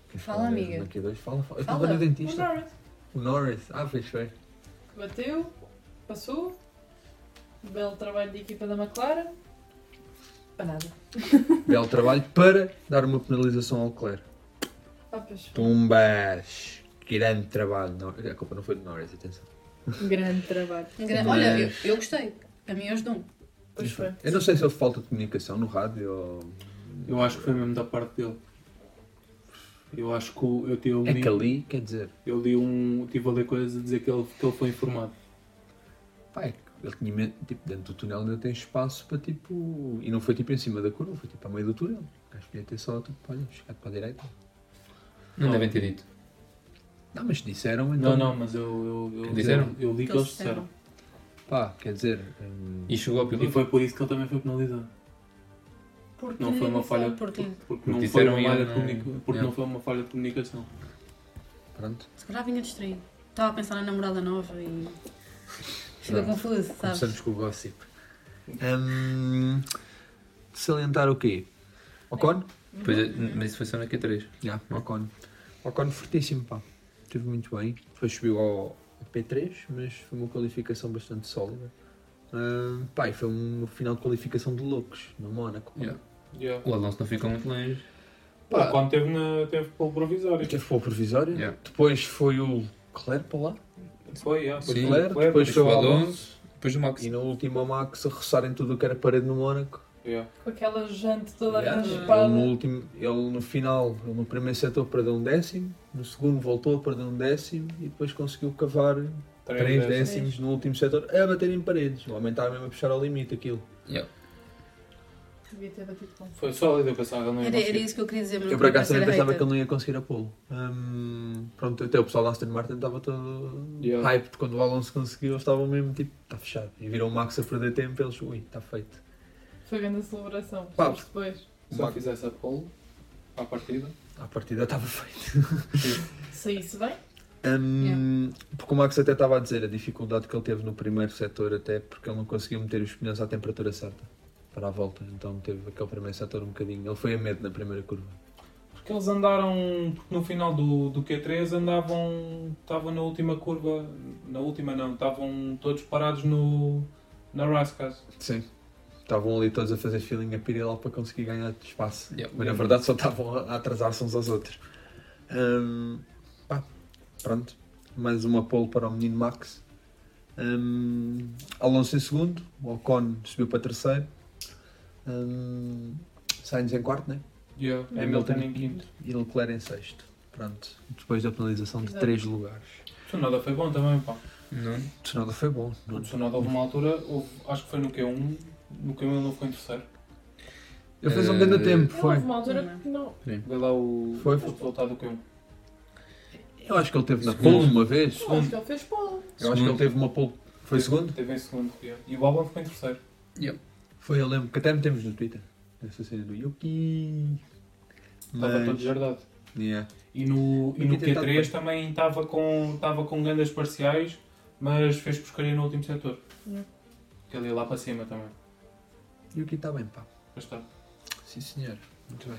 E: Queres
F: Fala,
E: falar
F: amiga.
E: mesmo aqui dois? Fala, fala. Eu
F: Fala.
E: estava no
J: o
E: dentista.
J: Norris
E: O Norris. Ah, fez bem.
J: que bateu, passou. Belo trabalho de equipa da McLaren. Para nada.
E: Belo trabalho para dar uma penalização ao Leclerc.
J: Ah, pois.
E: Tumbas. Grande trabalho. Nor- a culpa não foi do Norris, atenção.
G: Grande trabalho.
F: Gra- Olha,
E: É.
F: eu, eu gostei. A mim eles dão.
J: Pois foi.
E: Eu não sei se houve falta de comunicação no rádio ou...
H: Eu acho que foi mesmo da parte dele. Eu acho que o- eu, te- eu,
E: É
H: li,
E: que ali, quer dizer,
H: eu li um. Tive a ler coisas a dizer que ele, que ele foi informado.
E: pá, é que ele tinha, me- tipo, dentro do túnel ainda tem espaço para tipo... E não foi tipo em cima da curva, foi tipo a meio do túnel. Acho que podia ter só, tipo, olha, chegado para a direita.
D: Não devem ter dito.
E: Não, mas disseram então...
H: Não, não, mas eu, eu, eu,
D: Disseram?
H: eu li que eles disseram.
E: Pá, quer dizer... hum,
D: E chegou ao
H: E
D: piloto.
H: foi por isso que ele também foi penalizado.
F: Porque
H: Não foi uma falha
F: Porque...
H: Porque não foi
D: disseram
H: uma
D: e
H: falha
D: ele
H: de
D: não-
H: comunica- porque
D: Yeah.
H: não foi uma falha de comunicação.
E: Pronto.
F: Se calhar vinha distraído. Estava a pensar na namorada nova e. Ficou
E: Pronto.
F: confuso, sabes?
E: Começamos com o gossip. Hum, salientar o quê? Ocon?
D: Depois, mas isso foi só na Q3.
E: Já, Ocon. Hum. Ocon fortíssimo, pá. Esteve muito bem. Depois subiu ao P3, mas foi uma qualificação bastante sólida. Hum, pá, e foi um final de qualificação de loucos, no Mónaco.
D: Yeah. O Alonso não ficou muito longe.
E: Pá.
H: O Ocon teve, na, teve pelo provisório.
E: Teve para o é provisório.
D: Yeah.
E: Depois foi o Leclerc para lá.
H: Foi, yeah, foi
D: Sim.
H: pelo
E: Leclerc,
H: Leclerc.
E: depois foi o Alonso.
D: Depois o Max.
E: E no último o Max a roçarem tudo o que era parede no Mónaco.
H: Yeah.
G: Com aquela jante toda
E: Yeah.
G: raspada.
E: Ele, no último, ele no final, ele no primeiro setor perdeu um décimo, no segundo voltou a perder um décimo e depois conseguiu cavar
H: Três
E: 3
H: décimos.
E: décimos no último setor a bater em paredes. O homem estava mesmo a puxar ao limite aquilo.
J: Devia ter batido com.
H: Foi sólido, eu pensava que ele não ia
F: Era, era
H: conseguir.
F: isso que eu queria dizer, mas
E: é Eu
F: não
E: por
F: queria
E: acaso também
F: parecer
E: pensava que
F: hater.
E: ele não ia conseguir a polo. Hum, pronto, até o pessoal da Aston Martin estava todo
H: Yeah.
E: hyped quando o Alonso conseguiu, eles estavam mesmo tipo, está fechado. E viram o Max a perder tempo, eles, ui, está feito.
J: Foi grande a celebração.
E: Pá.
J: Mas depois.
H: Se ele fizesse a pole, à partida,
E: A partida estava feita.
J: Saísse bem.
E: Hum, Porque o Max até estava a dizer a dificuldade que ele teve no primeiro setor, até porque ele não conseguiu meter os pneus à temperatura certa para a volta. Então teve aquele primeiro setor um bocadinho. Ele foi a medo na primeira curva.
H: Porque eles andaram, porque no final do, do Q3 andavam, estavam na última curva, na última não, estavam todos parados no, na Rascas.
E: Sim. Estavam ali todos a fazer feeling a pirilal para conseguir ganhar espaço.
D: Yeah.
E: Mas na verdade só estavam a atrasar-se uns aos outros. Hum, pá, pronto. Mais uma pole para o menino Max. Hum, Alonso em segundo. O Ocon subiu para terceiro. Hum, Sainz em quarto, né?
H: Yeah. Hamilton em quinto.
E: E Leclerc em sexto. Pronto. Depois da penalização de
J: Exato.
E: três lugares.
H: O Tsunoda foi bom também, pá.
D: Não.
E: O Tsunoda foi bom.
H: O
E: Não-
H: Tsunoda houve uma altura, houve- acho que foi no Q1, no Q1 ele não ficou em terceiro.
E: Ele fez um
D: Eh,
E: grande tempo,
J: Foi.
E: foi.
J: Houve uma altura
F: é.
J: que não.
H: Vê lá o,
E: Foi,
H: o
E: foi.
H: resultado do Q1.
E: Eu acho que ele teve na
D: Segundo.
E: pole uma vez.
J: Eu acho que ele fez polo.
E: Eu acho que ele teve uma pole. Foi
H: Teve-
E: segundo?
H: Teve em segundo, yeah. E o Albon ficou em terceiro.
E: Foi, eu lembro. Que até metemos no Twitter. Essa cena do Yuki.
H: Estava todo desjardado.
E: Yeah.
H: E no, e
E: Devia
H: no
E: ter estado
H: Q3
E: bem.
H: também estava com, estava com grandes parciais, mas fez pescaria no último setor.
J: Yeah.
H: Que ele ia lá para cima também.
E: Yuki está bem, pá.
H: Mas tá, está.
E: Sim, senhor. Muito bem.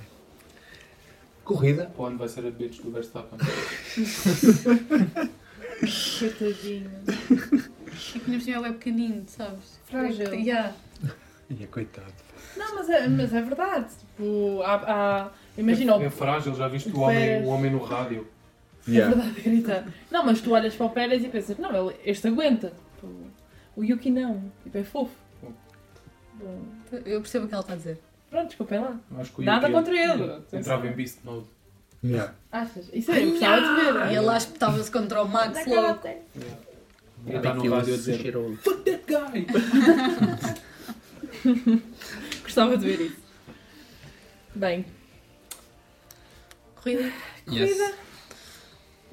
E: Corrida.
H: O ano vai ser a bitch do Verstappen.
J: Coitadinho.
F: É que nem é pequenino, sabes?
J: Frágil.
F: É que- yeah.
E: Ia, coitado.
J: Não, mas é, mas é verdade. Tipo, há. há- imagina, o-
H: É frágil, já viste o homem, o homem no rádio.
J: É verdade, grita. Não, mas tu olhas para o Pérez e pensas, não, ele, este aguenta. Tipo, o Yuki não. Tipo, é fofo.
F: Hum.
J: Bom,
F: Eu percebo o que ela está a dizer.
J: pronto, desculpem lá.
H: Acho que o
J: Nada
H: Yuki é.
J: contra ele.
H: Entrava em beast mode.
E: Yeah.
G: Achas? Isso é, eu gostava de ver.
H: Ah,
F: E ele lá espetava-se contra o Max logo.
H: Ia estar no rádio a dizer. Fuck that guy!
F: Gostava de ver isso.
G: Bem,
F: Corrida.
D: Yes.
E: A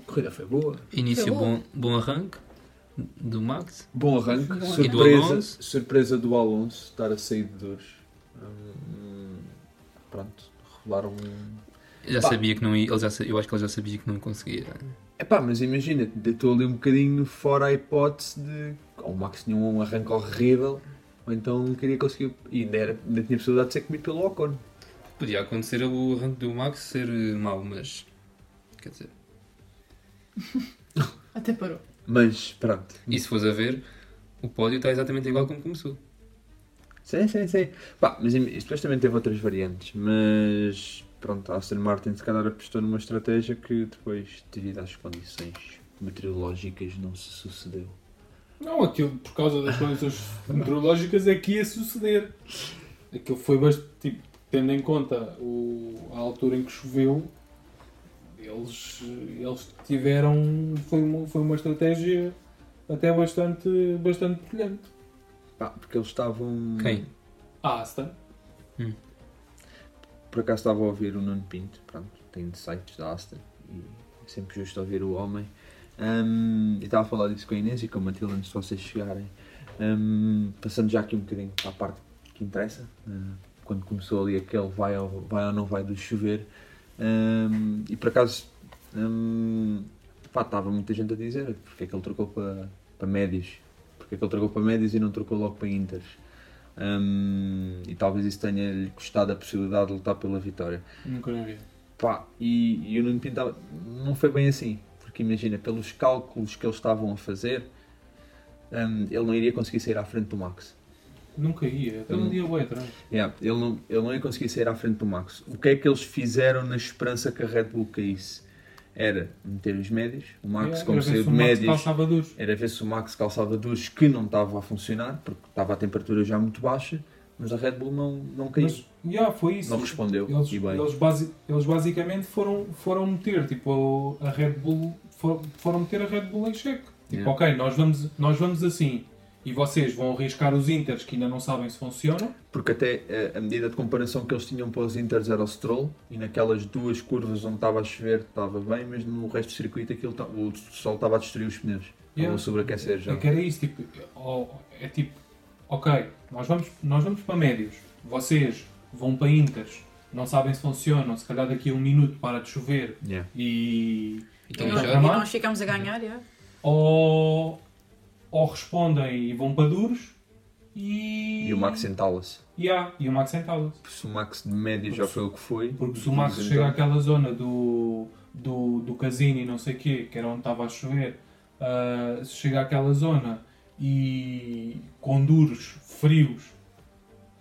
E: corrida foi boa.
D: Início
F: Foi bom.
D: bom, bom arranque do Max.
E: Bom arranque.
D: E do
E: Surpresa,
D: Alonso?
E: surpresa do Alonso estar a sair de dores. Hum, pronto, revelaram um.
D: Eu já
E: Pá.
D: sabia que não ia, ele já, sa- eu acho que ele já sabia que não conseguia.
E: Epá, mas imagina, deitou ali um bocadinho fora a hipótese de. Ou o Max tinha um arranque horrível, ou então queria conseguir. E ainda, era, ainda tinha possibilidade de ser comido pelo Ocon.
D: Podia acontecer o arranque do Max ser eh, mau, mas. Quer dizer.
G: até parou.
E: Mas pronto.
D: E se fores a ver, o pódio está exatamente igual como começou.
E: Sim, sim, sim. Pá, mas im- isto depois também teve outras variantes, mas pronto, a Aston Martin se calhar apostou numa estratégia que depois, devido às condições meteorológicas, não se sucedeu.
H: Não, aquilo por causa das condições meteorológicas é que ia suceder. É Aquilo foi bastante. Tipo, tendo em conta o, a altura em que choveu, eles, eles tiveram. Foi uma, foi uma estratégia até bastante, bastante brilhante.
E: Pá, porque eles estavam.
D: Quem?
H: A Aston.
E: Por acaso estava a ouvir o Nuno Pinto, pronto, tem sites da Aston e é sempre justo ouvir o homem. Ahm, e estava a falar disso com a Inês e com a Matilde antes de vocês chegarem. Ahm, passando já aqui um bocadinho para a parte que interessa, ah, quando começou ali aquele vai ou, vai ou não vai do chover, ahm, e por acaso ahm, pá, estava muita gente a dizer porque é que ele trocou para, para médios, porque é que ele trocou para médios e não trocou logo para Inters. Ahm, e talvez isso tenha-lhe custado a possibilidade de lutar pela vitória.
H: Nunca na vi.
E: Pá, e, e o Nuno Pinto tava- não foi bem assim, porque imagina, pelos cálculos que eles estavam a fazer, ahm, ele não iria conseguir sair à frente do Max.
H: Nunca ia. Até
E: Hum.
H: um dia boi atrás.
E: Yeah, ele, não, ele não ia conseguir sair à frente do Max. O que é que eles fizeram na esperança que a Red Bull caísse? Era meter os médios, o Max,
H: É,
E: como
H: era ver
E: saiu
H: se
E: de
H: o Max
E: médios,
H: passava duros.
E: era ver se o Max calçava duros que não estava a funcionar, porque estava a temperatura já muito baixa, mas a Red Bull não, não caiu.
H: Mas, yeah, foi isso.
E: não respondeu.
H: Eles,
E: e bem.
H: eles, basi- eles basicamente foram, foram meter tipo, a Red Bull for- foram meter a Red Bull em cheque. Tipo,
E: Yeah.
H: ok, nós vamos, nós vamos assim e vocês vão arriscar os Inters que ainda não sabem se funcionam.
E: Porque até eh, a medida de comparação que eles tinham para os Inters era o Stroll, e naquelas duas curvas onde estava a chover estava bem, mas no resto do circuito aquilo ta- o sol estava a destruir os pneus.
H: Yeah.
E: Ou a sobreaquecer já.
H: É que era isso, tipo, ó, é tipo, ok, nós vamos, nós vamos para médios, vocês vão para Inters, não sabem se funcionam, se calhar daqui a um minuto para de chover
E: Yeah.
H: e
F: E
D: Então
H: Não,
F: nós,
H: já
F: e
H: era mal.
F: nós ficámos a ganhar, já.
H: ou, ou respondem e vão para duros e.
E: E o Max entala-se.
H: Yeah, e o Max sentava se
E: Se o Max de média já foi o que foi.
H: Porque se o Max
E: Então,
H: chega àquela zona do, do, do casino e não sei o quê, que era onde estava a chover, ah, se chega àquela zona e com duros, frios,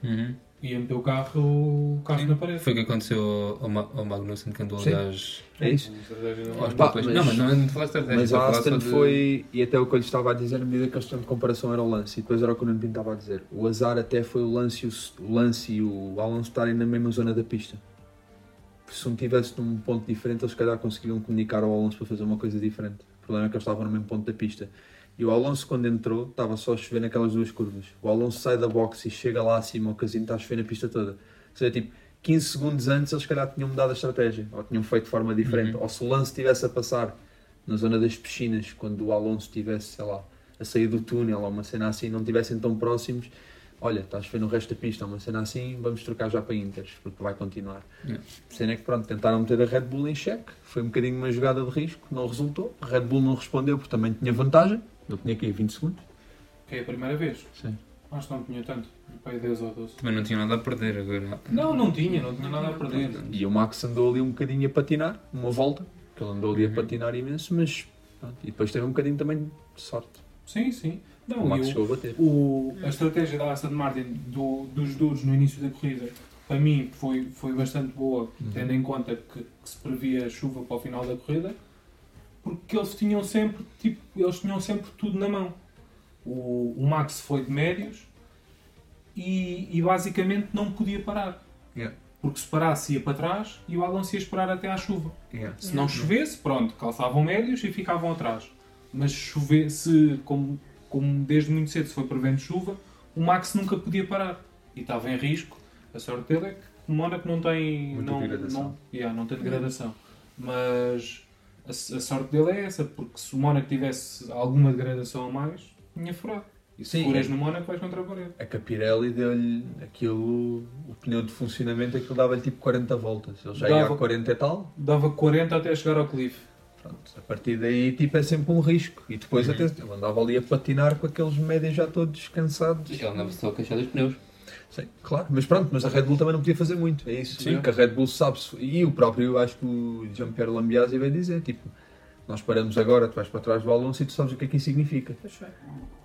D: Uhum.
H: ia meter o carro, o carro na parede.
D: Foi o que aconteceu ao, ao Ma- ao Magnussen quando ele
E: Sim.
D: das.
E: É isso.
D: aos
E: Pá,
D: papéis.
E: mas-
D: Não, mas não é de falar de estratégia.
E: Mas
D: estou
E: a
D: falar só
E: Aston
D: de-
E: foi, e até o que eu lhe estava a dizer, a medida que eles tinham de comparação era o lance, e depois era o que o Nuno Pinto estava a dizer. O azar até foi o lance, e o, S- o lance e o Alonso estarem na mesma zona da pista. Se um tivesse num ponto diferente, eles se calhar conseguiriam comunicar ao Alonso para fazer uma coisa diferente. O problema é que eles estavam no mesmo ponto da pista. E o Alonso, quando entrou, estava só a chover naquelas duas curvas. O Alonso sai da boxe e chega lá acima ao casino, está a chover na pista toda. Ou seja, tipo, 15 segundos antes eles, se calhar, tinham mudado a estratégia, ou tinham feito de forma diferente. Ou se o lance estivesse a passar na zona das piscinas, quando o Alonso estivesse, sei lá, a sair do túnel ou uma cena assim, não estivessem tão próximos, olha, estás vendo o resto da pista, uma cena assim, vamos trocar já para Inters, porque vai continuar.
D: Yeah.
E: A cena é que, pronto, tentaram meter a Red Bull em xeque, foi um bocadinho uma jogada de risco, não resultou, a Red Bull não respondeu porque também tinha vantagem, não tinha que ir 20 segundos.
H: Que é a primeira vez.
E: Sim.
H: Acho que não tinha tanto. Pai 10 ou 12.
D: Também não tinha nada a perder agora.
H: Não, não tinha, não tinha nada a perder.
E: E o Max andou ali um bocadinho a patinar, uma volta, que ele andou ali
H: Uhum.
E: a patinar imenso, mas, pronto, e depois teve um bocadinho também de sorte,
H: Sim, sim. Não,
E: o Max
H: e o-
E: chegou a bater.
H: O- a estratégia da Aston Martin do- dos duros no início da corrida, para mim, foi, foi bastante boa, tendo em conta que, que se previa chuva para o final da corrida, porque eles tinham sempre, tipo, eles tinham sempre tudo na mão. O, o Max foi de médios e, e basicamente não podia parar.
E: Yeah.
H: Porque se parasse ia para trás e o Alonso ia esperar até à chuva.
E: Yeah.
H: Se não chovesse, pronto, calçavam médios e ficavam atrás. Mas chovesse, como, como desde muito cedo se foi prevendo chuva, o Max nunca podia parar. E estava em risco. A sorte dele é que o Mónaco não tem...
E: Muita
H: não,
E: degradação. É.
H: Não, yeah, não tem degradação. Mas a, a sorte dele é essa, porque se o Mónaco tivesse alguma degradação a mais, tinha furado. E se
E: Sim.
H: furas no Mónaco, vais contra a parede.
E: É que a Pirelli deu-lhe aquilo, o pneu de funcionamento, aquilo dava-lhe tipo 40 voltas. Ele já ia
H: Dava.
E: a 40 e tal,
H: Dava 40 até chegar ao cliff.
E: pronto. A partir daí tipo é sempre um risco. E
H: Uhum.
E: depois até ele andava ali a patinar com aqueles médios já todos cansados.
D: Ele andava só a queixar dos pneus.
E: Sim, claro, mas pronto, mas a Red Bull também não podia fazer muito, é isso.
D: Sim.
E: Que a Red Bull sabe se e o próprio, eu acho que o Jean-Pierre Lambiasi vai dizer, tipo, nós paramos agora, tu vais para trás do Alonso e tu sabes o que é que isso significa.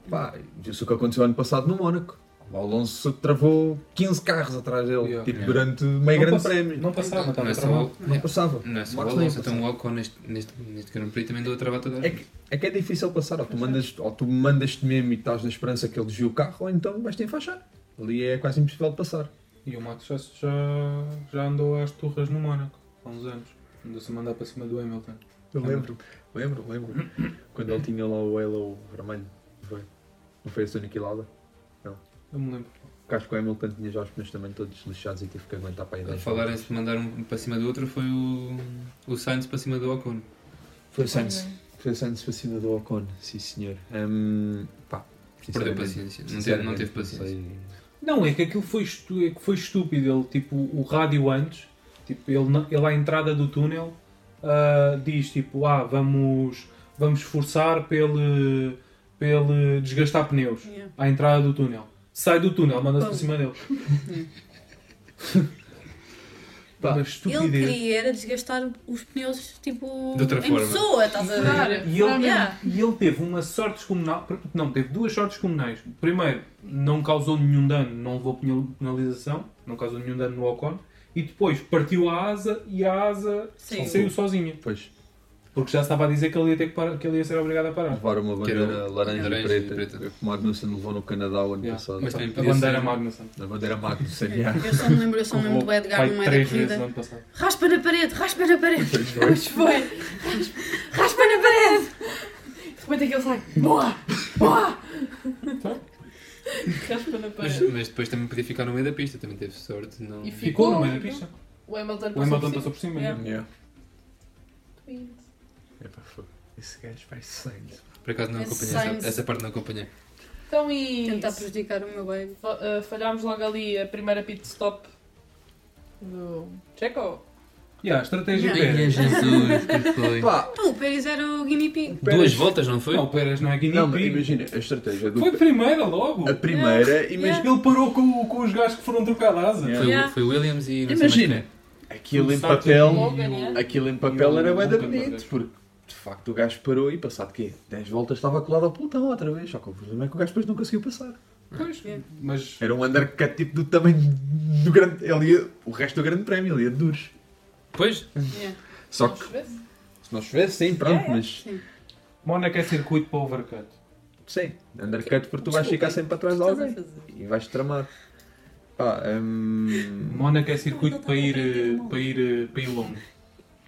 E: Pá, isso é o que aconteceu ano passado no Mónaco. O Alonso travou 15 carros atrás dele,
H: Yeah.
E: tipo, durante meio
H: Não
E: grande
H: passa-
E: prémio.
H: Não passava,
D: Não
H: estava
D: é
H: a
D: só
H: travar.
D: o-
E: Não passava.
D: não é só o
E: tá Max
D: Alonso,
E: não
D: então o Ocon neste, neste, neste Grand Prix também deu a travar toda a
E: É
D: gente.
E: que, é que é difícil passar, ou tu mandas ou tu mandas-te mesmo e estás na esperança que ele desvie o carro, ou então vais-te enfaixar. Ali é quase impossível de passar.
H: E o Max já, já, já andou às turras no Mónaco, há uns anos. Andou-se a mandar para cima do Hamilton.
E: Eu lembro, lembro, lembro. Quando ele tinha lá o halo vermelho. não Foi. Não foi a Sony Quilada.
H: Eu me lembro.
E: Porque acho que o Hamilton tinha já os pneus também todos lixados e tive que aguentar para aí
D: A
E: 10
D: falar em se mandar um para cima do outro foi o, o Sainz para cima do Ocon.
E: Foi o Sainz. Foi o Sainz para cima do Ocon, sim senhor. Hum, pá,
D: Perdeu
E: sinceramente,
D: paciência. Não teve,
E: sinceramente,
D: não teve paciência.
E: sei.
H: Não, é que aquilo foi, estu- é que foi estúpido. Ele, tipo, o rádio antes, tipo, ele, na- ele à entrada do túnel, ah, diz, tipo, ah, vamos, vamos forçar para ele, para ele desgastar pneus.
F: Yeah.
H: À entrada do túnel. Sai do túnel, manda-se para cima dele.
E: Pá.
H: Uma
F: Ele
H: estupidez.
F: queria era desgastar os pneus, tipo,
D: De outra
F: em
D: forma.
F: pessoa, estás a ver?
H: E ele,
F: Yeah.
H: e ele teve uma sorte descomunal. Não, teve duas sortes comunais. Primeiro, não causou nenhum dano, não levou penal- penalização, não causou nenhum dano no Ocon. E depois partiu a asa e a asa
F: Sim.
H: saiu sozinha.
E: Depois
H: Porque já se estava a dizer que ele ia, ter que, parar, que ele ia ser obrigado a parar.
E: levaram uma
D: Que era
E: bandeira
D: o-
E: laranja,
D: laranja e
E: e preta,
D: preta.
E: como a Magnussen levou no Canadá o ano
H: Yeah.
E: passado.
D: Mas também
H: A
D: podia
H: bandeira
D: ser-
H: Magnussen.
E: A bandeira Magnussen, yeah.
F: Eu só me lembro, eu só me lembro do
H: Levou,
F: Edgar
H: pai,
F: no meio da
H: três vezes no
F: corrida.
H: ano passado.
F: Raspa na parede, raspa na parede. Pois foi. Raspa na parede.
G: De repente aquele sai. Boa! Boa!
F: Então?
J: Raspa na
D: Mas,
J: parede.
D: mas depois também podia ficar no meio da pista, também teve sorte. Não...
J: E fica-
H: Ficou no
J: Ficou,
H: meio da
J: ficou.
H: pista.
J: O Hamilton
H: O
J: passou
H: Hamilton
J: por
H: passou
J: cima.
H: por cima.
J: Yeah.
E: yeah.
J: Tweet.
E: Epá, fogo. Esse gajo vai sangue.
D: Por acaso não
F: Esse
D: acompanhei,
F: Sainz-
D: essa, essa parte não acompanhei.
J: Então e...
F: Tentar prejudicar o meu baby.
J: fa- ah, falhámos logo ali a primeira pit stop do Checo.
H: Yeah, a estratégia
F: Yeah.
D: É.
H: Pérez.
D: Jesus, que foi?
F: Pô, Então, o Pérez era o guinea pig.
D: Duas voltas, não foi?
H: Não, o Pérez não é guinea
E: Não, mas imagina, a estratégia do.
H: Foi primeira logo.
E: A primeira, imagina.
H: Ele parou com, com os gajos que foram trocar a asa.
D: Foi, o-
F: Yeah.
D: foi o Williams e não sei mais
E: Imagina, aquilo em papel,
J: Logan, é?
E: aquilo em
H: E
E: papel
H: o-
E: era bem da
H: o-
E: bonito, porque de facto o gajo parou e passado quê? 10 voltas estava colado ao pelotão outra vez, só que o problema é que o gajo depois não conseguiu passar.
H: Pois, mas
E: Era um undercut tipo do tamanho do grande, ele ia, o resto do grande prémio, ele ia de duros.
D: Pois,
E: Só que se não chovesse, sim, pronto, mas
H: Mónaco é circuito para overcut.
E: sim, undercut porque tu vais
F: é
E: ficar
F: Desculpa,
E: sempre atrás de
F: Estás a
E: alguém
F: fazer.
E: e vais tramar. Pá, hum,
H: Mónaco é circuito
F: Não, não
H: para ir,
F: dá para
H: eh,
F: entender
H: para ir, eh, para ir longo.
F: Ele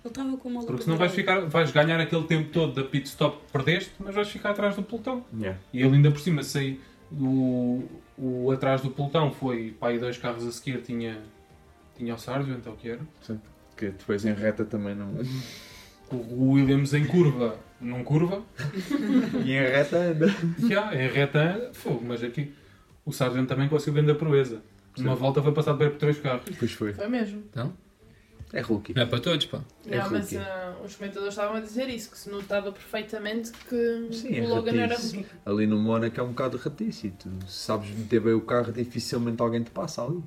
F: estava com uma lupa.
H: Porque senão vais, ficar, vais ganhar aquele tempo todo da pit stop que perdeste, mas vais ficar atrás do pelotão.
E: yeah.
H: E ele ainda por cima saiu. O, o atrás do pelotão foi para aí dois carros a seguir, tinha, tinha o Sargent, então que era.
E: que depois em reta também não.
H: O, o Williams em curva, não curva.
E: e em reta anda.
H: Já, em reta, fogo, mas aqui. O Sargent também conseguiu grande a proeza. Numa
E: Sim.
H: volta foi passado bem por três carros.
E: Pois foi.
G: Foi mesmo.
E: É rookie.
D: não é para todos, pá.
E: É
G: não, mas
E: rookie.
G: ah,
J: eh,
G: os comentadores estavam a dizer isso, que se notava perfeitamente que
E: Sim, é
G: o Logan era
E: ratice.
G: rookie.
E: Ali no Mónaco é um bocado ratice. e Tu sabes meter bem o carro, dificilmente alguém te passa ali.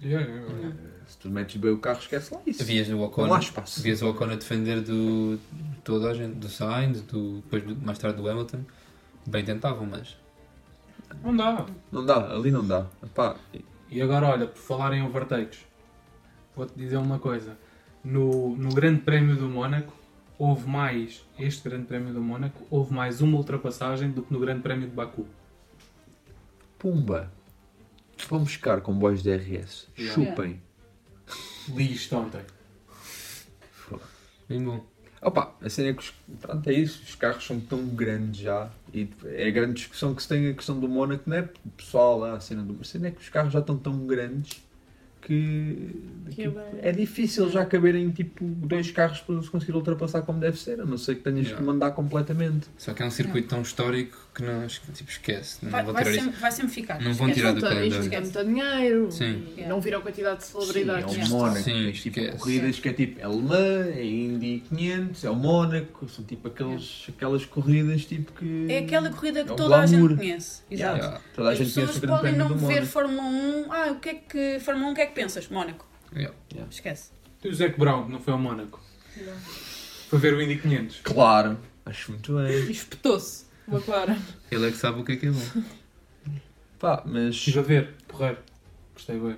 H: Já, já, já.
E: Se tu metes bem o carro, esquece lá isso.
D: Vias o Ocon,
E: Não há espaço.
D: vias o Ocon a defender do toda a gente, do Sainz, do, depois do- mais tarde do Hamilton. Bem tentavam, mas
H: Não dá.
E: Não dá, ali não dá. Epá,
H: E agora, olha, por falar em overtakes, vou-te dizer uma coisa. No, no Grande Prémio do Mónaco, houve mais, este Grande Prémio do Mónaco, houve mais uma ultrapassagem do que no Grande Prémio de Baku.
E: pumba. Vão buscar comboios de RS.
H: Yeah.
E: Chupem.
H: Li isto ontem.
D: Bem bom.
E: Opa, a cena é que os, pronto, é isso, os carros são tão grandes já e é a grande discussão que se tem a questão do Mónaco, não é pessoal lá, a cena do a cena é que os carros já estão tão grandes que,
G: Que
E: que
G: bem.
E: é difícil já caberem tipo dois carros para se conseguir ultrapassar como deve ser, a não ser que tenhas
D: Yeah.
E: que mandar completamente.
D: Só que é um circuito tão histórico que não, acho que, tipo, esquece. Não
F: Vai,
D: vou
F: vai
D: tirar
F: sempre,
D: isso.
F: vai sempre ficar.
D: Não vão tirar do
J: Então,
G: Portanto, Isto
D: calendário.
G: é muito
F: um
G: dinheiro.
D: Sim.
G: E não viram a quantidade de celebridades.
H: um
E: é o Mónaco,
D: Sim,
E: tens tipo
D: esquece.
E: corridas que é tipo é alemã, é Indy 500, é o Mónaco, são tipo aqueles, aquelas corridas tipo que...
F: É aquela corrida que
E: É o
F: toda a gente
E: glamour.
F: conhece.
E: Yeah.
F: Exato.
E: Toda a
F: As
E: gente
F: pessoas
E: conhece o grande
F: podem
E: prémio
F: não
E: do
F: ver
E: Mónaco.
F: Fórmula 1. Ah, o que é que. Fórmula 1, o que é que pensas? Mónaco.
D: Yeah.
F: Esquece.
H: E o Zac Brown, não foi ao Mónaco? Foi ver o Indy 500.
E: Claro, acho muito bem.
G: E espetou-se. Uma clara.
D: Ele é que sabe o que é que é bom.
E: Pá, mas.
H: Estive a ver, porreiro. Gostei bem.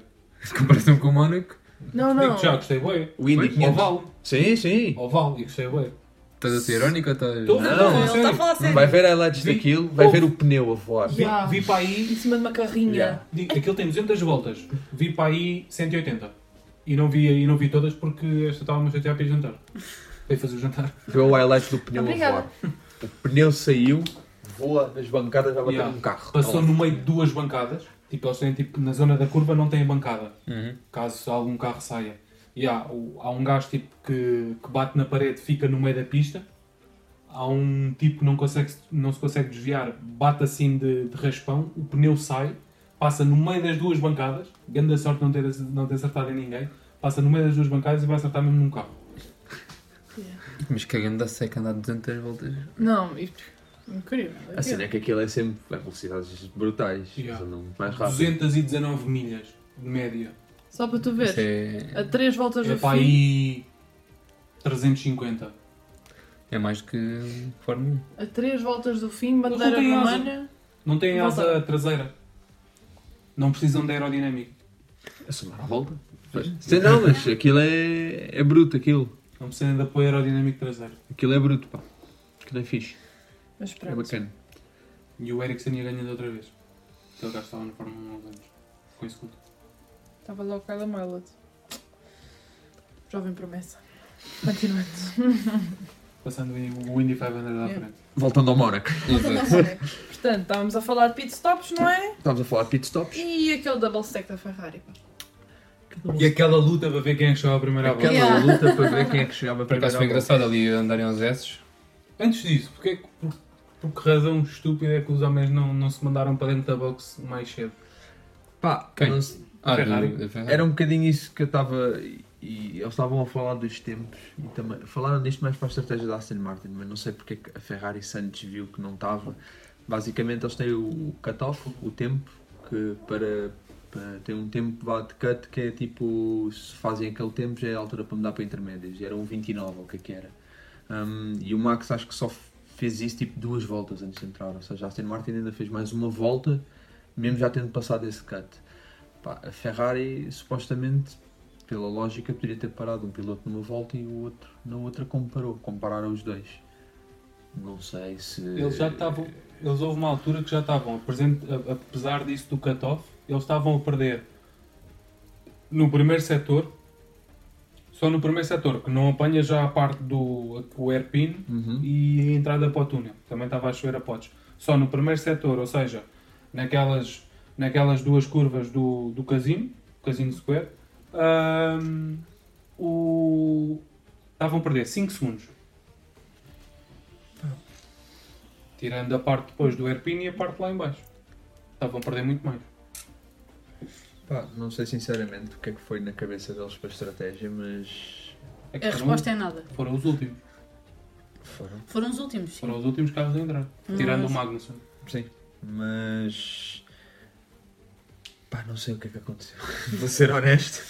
D: Em comparação com o Mónaco,
G: Não, não.
H: Digo já, gostei bem.
E: O Indy 500.
H: Oval,
E: Sim, sim.
H: oval, e gostei bem.
D: estás a ser irónico ou estás.
G: tá
H: Tô-
E: Não,
F: Ele
H: não,
F: está a falar sério.
E: Vai ver highlights
H: Vi-
E: daquilo, vai ver o pneu a voar.
H: Vi,
G: Yeah.
H: vi para aí,
G: Em cima de uma carrinha.
E: Yeah.
H: digo, aquilo tem 200 voltas. Vi para aí 180. E não vi, e não vi todas porque esta estava-me a chatear para ir jantar. Para ir fazer o jantar.
E: Vê o highlight do pneu
G: Obrigada.
E: a voar. O pneu saiu, voa nas bancadas, vai bater
H: Yeah.
E: num carro.
H: Passou
E: Tá lá.
H: no meio de duas bancadas. Tipo, eles têm, tipo, na zona da curva não têm bancada.
D: Uhum.
H: caso algum carro saia. E há, o- há um gajo tipo que, que bate na parede, fica no meio da pista. Há um tipo que não, consegue, não se consegue desviar, bate assim de, de raspão, o pneu sai, passa no meio das duas bancadas. Grande sorte não ter, não ter acertado em ninguém. Passa no meio das duas bancadas e vai acertar mesmo num carro.
D: Mas cagando da seca andar 200 voltas.
G: Não, isto. Incrível.
E: A cena é que aquilo é sempre a velocidades brutais.
H: Yeah.
E: Eles andam mais rápido.
H: 219 milhas de média.
G: Só para tu
D: Isso
G: ver.
D: é,
G: A três voltas
H: É
G: do
H: para
G: fim.
H: aí 350.
D: é mais do que Fórmula um.
G: A três voltas do fim,
H: Não
G: bandeira
H: tem asa.
G: romana.
H: Não tem
G: Volta.
H: asa traseira. Não precisam de aerodinâmica.
E: É somar a volta. Sei não, mas aquilo é. é bruto, aquilo.
H: Não precisam de apoio aerodinâmico traseiro.
E: Aquilo é bruto, pá. Aquilo é fixe.
G: Mas
E: É
G: pronto.
E: bacana.
H: E o Ericsson ia ganhando outra vez. Aquele gajo estava na Fórmula 1 há uns anos. Com esse culto.
G: Estava lá o Kyla Milot. Jovem promessa. Continuando.
H: Passando o Indy- o Indy 500 à
G: É.
H: frente.
E: Voltando ao Mónaco.
G: Portanto, estávamos a falar de pit stops, não é?
E: Estávamos a falar de pit stops.
G: E aquele double stack da Ferrari. pá.
H: E aquela luta para ver quem é chegou à primeira volta.
E: Aquela
F: Yeah.
E: luta para ver quem é que chegava
D: Por
E: para
D: acaso foi engraçado ali andarem aos S.
H: Antes disso, porque, é que- por, por que razão estúpida é que os homens não, não se mandaram para dentro da box mais cedo?
E: Pá,
D: Quem?
E: não se-
D: Ah,
H: Ferrari.
D: do- Ferrari.
E: Era um bocadinho isso que eu estava. E eles estavam a falar dos tempos e também. Falaram nisto mais para a estratégia da Aston Martin, mas não sei porque é que a Ferrari Santos viu que não estava. Basicamente, eles têm o cutoff, o tempo, que para. para tem um tempo vá, de cut que é tipo. Se fazem aquele tempo já é a altura para mudar para intermédios. E era um 29, ou o que é que era. Hum, e o Max acho que só fez isso tipo duas voltas antes de entrar. Ou seja, a Aston Martin ainda fez mais uma volta, mesmo já tendo passado esse cut. Pá, a Ferrari supostamente, pela lógica, poderia ter parado um piloto numa volta e o outro na outra comparou. Compararam os dois. Não sei se.
H: Eles já estavam. Eles houve uma altura que já estavam, presente, a- apesar disso do cut-off, eles estavam a perder no primeiro setor. Só no primeiro setor, que não apanha já a parte do o airpin,
E: Uhum.
H: e a entrada para o túnel. Também estava a chover a potes. Só no primeiro setor, ou seja, naquelas, naquelas duas curvas do, do casino, casino square, hum, o... estavam a perder 5 segundos. Tirando a parte depois do airpin e a parte lá em baixo. Estavam a perder muito mais.
E: Pá, não sei sinceramente o que é que foi na cabeça deles para a estratégia, mas.
H: É que
F: A
H: foram-
F: resposta é nada.
H: Foram os últimos.
E: Foram.
F: Foram os últimos. sim.
H: Foram os últimos carros a entrar.
F: Mas-
H: Tirando o Magnussen.
E: Sim. Mas. Pá, não sei o que é que aconteceu. Vou ser honesto.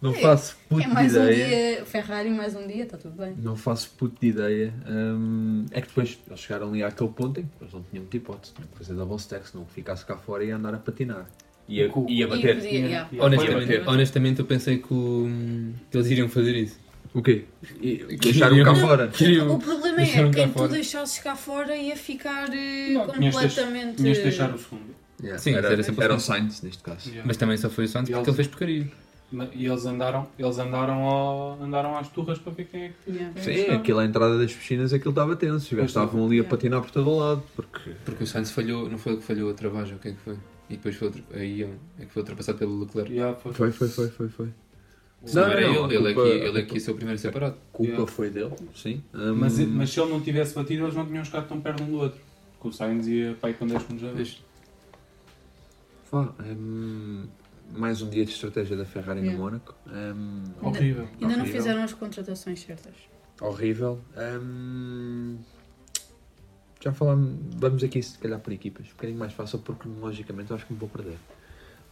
E: Não faço puta
F: É mais um
E: ideia.
F: dia Ferrari, mais um dia, está tudo bem.
E: Não faço puto de ideia. Hum, é que depois eles chegaram ali àquele ponto em que eles não tinham muita hipótese. Tinham que fazer double stack, senão ficasse cá fora e ia andar a patinar. E a, e a
F: E
E: bater.
F: podia, yeah.
D: Honestamente,
E: Foi-
D: honestamente, eu pensei que, o- que eles iriam fazer isso.
E: O quê? E, deixaram cá fora.
D: um-
F: O problema
D: Deixaram
F: é
D: cá
F: quem tu
D: fora.
F: deixasses cá fora ia ficar eh,
H: Tinhas de deixar-
F: completamente. eh,
H: Tinhas de deixar o segundo.
E: Yeah,
D: Sim,
E: era,
D: era sempre
E: era o
D: assim.
E: Sainz neste caso.
H: Yeah.
D: Mas também só foi o Santos
H: E
D: porque
H: eles-
D: ele fez porcaria.
H: Ma- E eles andaram, eles andaram, ao- andaram às turras para ver quem é que.
F: Yeah.
E: Sim, aquilo à entrada das piscinas, aquilo estava tenso. Os gajos estavam ali a patinar por todo o lado, porque
D: Porque o Sainz falhou, não foi ele que falhou a travagem, o que é que foi? E depois foi, outro- aí é é que foi ultrapassado pelo Leclerc.
H: Yeah, foi.
E: Foi, foi, foi, foi, foi.
D: Se não, era
E: não,
D: ele,
E: a
D: ele,
E: culpa-
D: é que, ele é que ia ser o primeiro separado.
E: A culpa
H: Yeah.
E: foi dele, sim.
D: é-
H: Mas,
E: Hum,
H: mas se ele não tivesse batido, eles não tinham chegado tão perto um do outro. Porque o Sainz ia pai com 10 segundos a vez.
E: vá, hum, mais um dia de estratégia da Ferrari
F: Yeah.
E: no Mónaco. Hum,
H: Horrível.
F: Ainda não
E: Horrível.
F: fizeram as contratações certas.
E: horrível. Hum, já falamos, vamos aqui se calhar por equipas, um bocadinho mais fácil porque logicamente eu acho que me vou perder.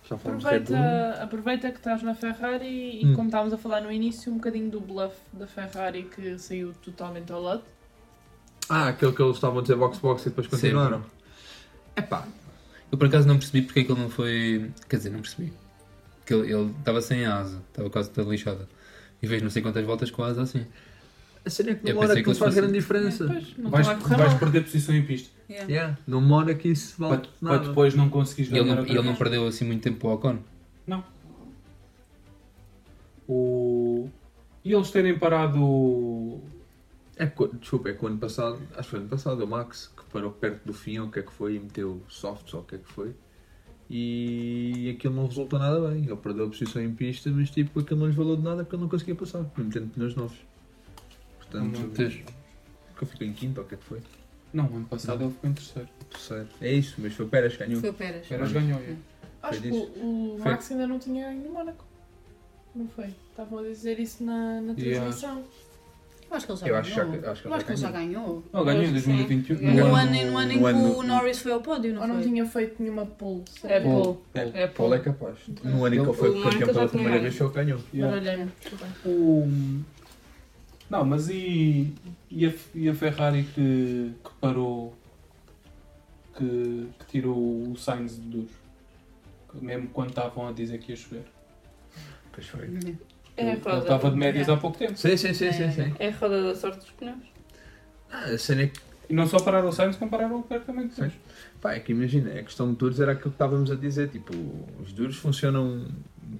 E: Já falamos de Red Bull.
G: Aproveita, aproveita que estás na Ferrari e,
E: Hum.
G: como estávamos a falar no início, um bocadinho do bluff da Ferrari que saiu totalmente ao lado.
E: Ah, aquele que eles estavam a dizer box box e depois continuaram. Epá,
D: Eu por acaso não percebi porque é que ele não foi. Quer dizer, não percebi. Que ele ele estava sem asa, estava quase toda lixada. E fez não sei quantas voltas com a asa assim.
E: a cena é que
D: Eu
E: no Mónaco
D: pensei que
E: não
D: eles
E: faz
D: fossem-
E: grande diferença.
G: É, Pois, não
H: Vais,
G: estava a correr
H: vais
G: mal.
H: perder posição em pista.
F: Yeah.
E: Yeah, no Mónaco isso
H: Para,
E: vale
H: para
E: nada.
H: depois não conseguires
D: E ele
H: ganhar
D: não,
H: outra
D: e ele não
H: vez.
D: perdeu assim muito tempo ao Ocon.
H: O... E eles terem parado.
E: É, co- desculpa, é que o ano passado, acho que foi ano passado, o Max, que parou perto do fim, ou o que é que foi, e meteu softs, ou o que é que foi, e aquilo não resultou nada bem. Ele perdeu a posição em pista, mas tipo, aquilo não lhe valeu de nada porque ele não conseguia passar, mesmo tendo pneus novos. Portanto,
H: Não.
E: que eu fiquei em quinto, ou o que é que foi?
H: Não, ano passado ele ficou em terceiro.
E: Terceiro. É isso, mas foi o Pérez que ganhou.
F: Foi o Peras.
H: Pérez ganhou. é.
G: Acho que
E: disso.
G: o, o
E: Foi.
G: Max ainda não tinha ganho no Mónaco. Não foi? Estavam a dizer isso na, na
H: Yeah.
G: transmissão.
F: Eu acho que ele já
E: Eu acho
F: ganhou.
E: que- acho que ele
F: eu acho que ele
E: já
F: já ganhou.
H: Ele Oh, ganhou em
I: Acho que
H: 2021.
I: sim.
F: No
I: No
F: ano, em- no ano em
E: no
F: que
E: ano-
F: o Norris foi ao pódio, não
G: Ou não
F: foi?
G: tinha feito nenhuma pole.
I: É
G: sabe?
I: Paul. É
E: Paulo
I: Paul.
E: é capaz. No ano em que
H: Ele-
E: ele foi
I: o Marco
E: campeão pela
I: já
E: primeira
I: tinha
E: vez, foi o que ganhou.
H: Yeah.
G: Baralhei-me, desculpa.
H: O... Não, mas e, e, a, e a Ferrari que, que parou, que, que tirou o Sainz de duro? Que Mesmo quando estavam a dizer que ia chover.
E: Pois foi.
I: É a
H: Ele ele
I: roda.
H: estava de médias há pouco tempo.
E: Sim, sim, sim, sim, sim.
I: É a roda da sorte dos pneus.
E: Ah, a cena é que,
H: E não só pararam o Sainz, como pararam o Leclerc também. depois.
E: pá, é que imagina, a questão de duros era aquilo que estávamos a dizer, tipo, os duros funcionam,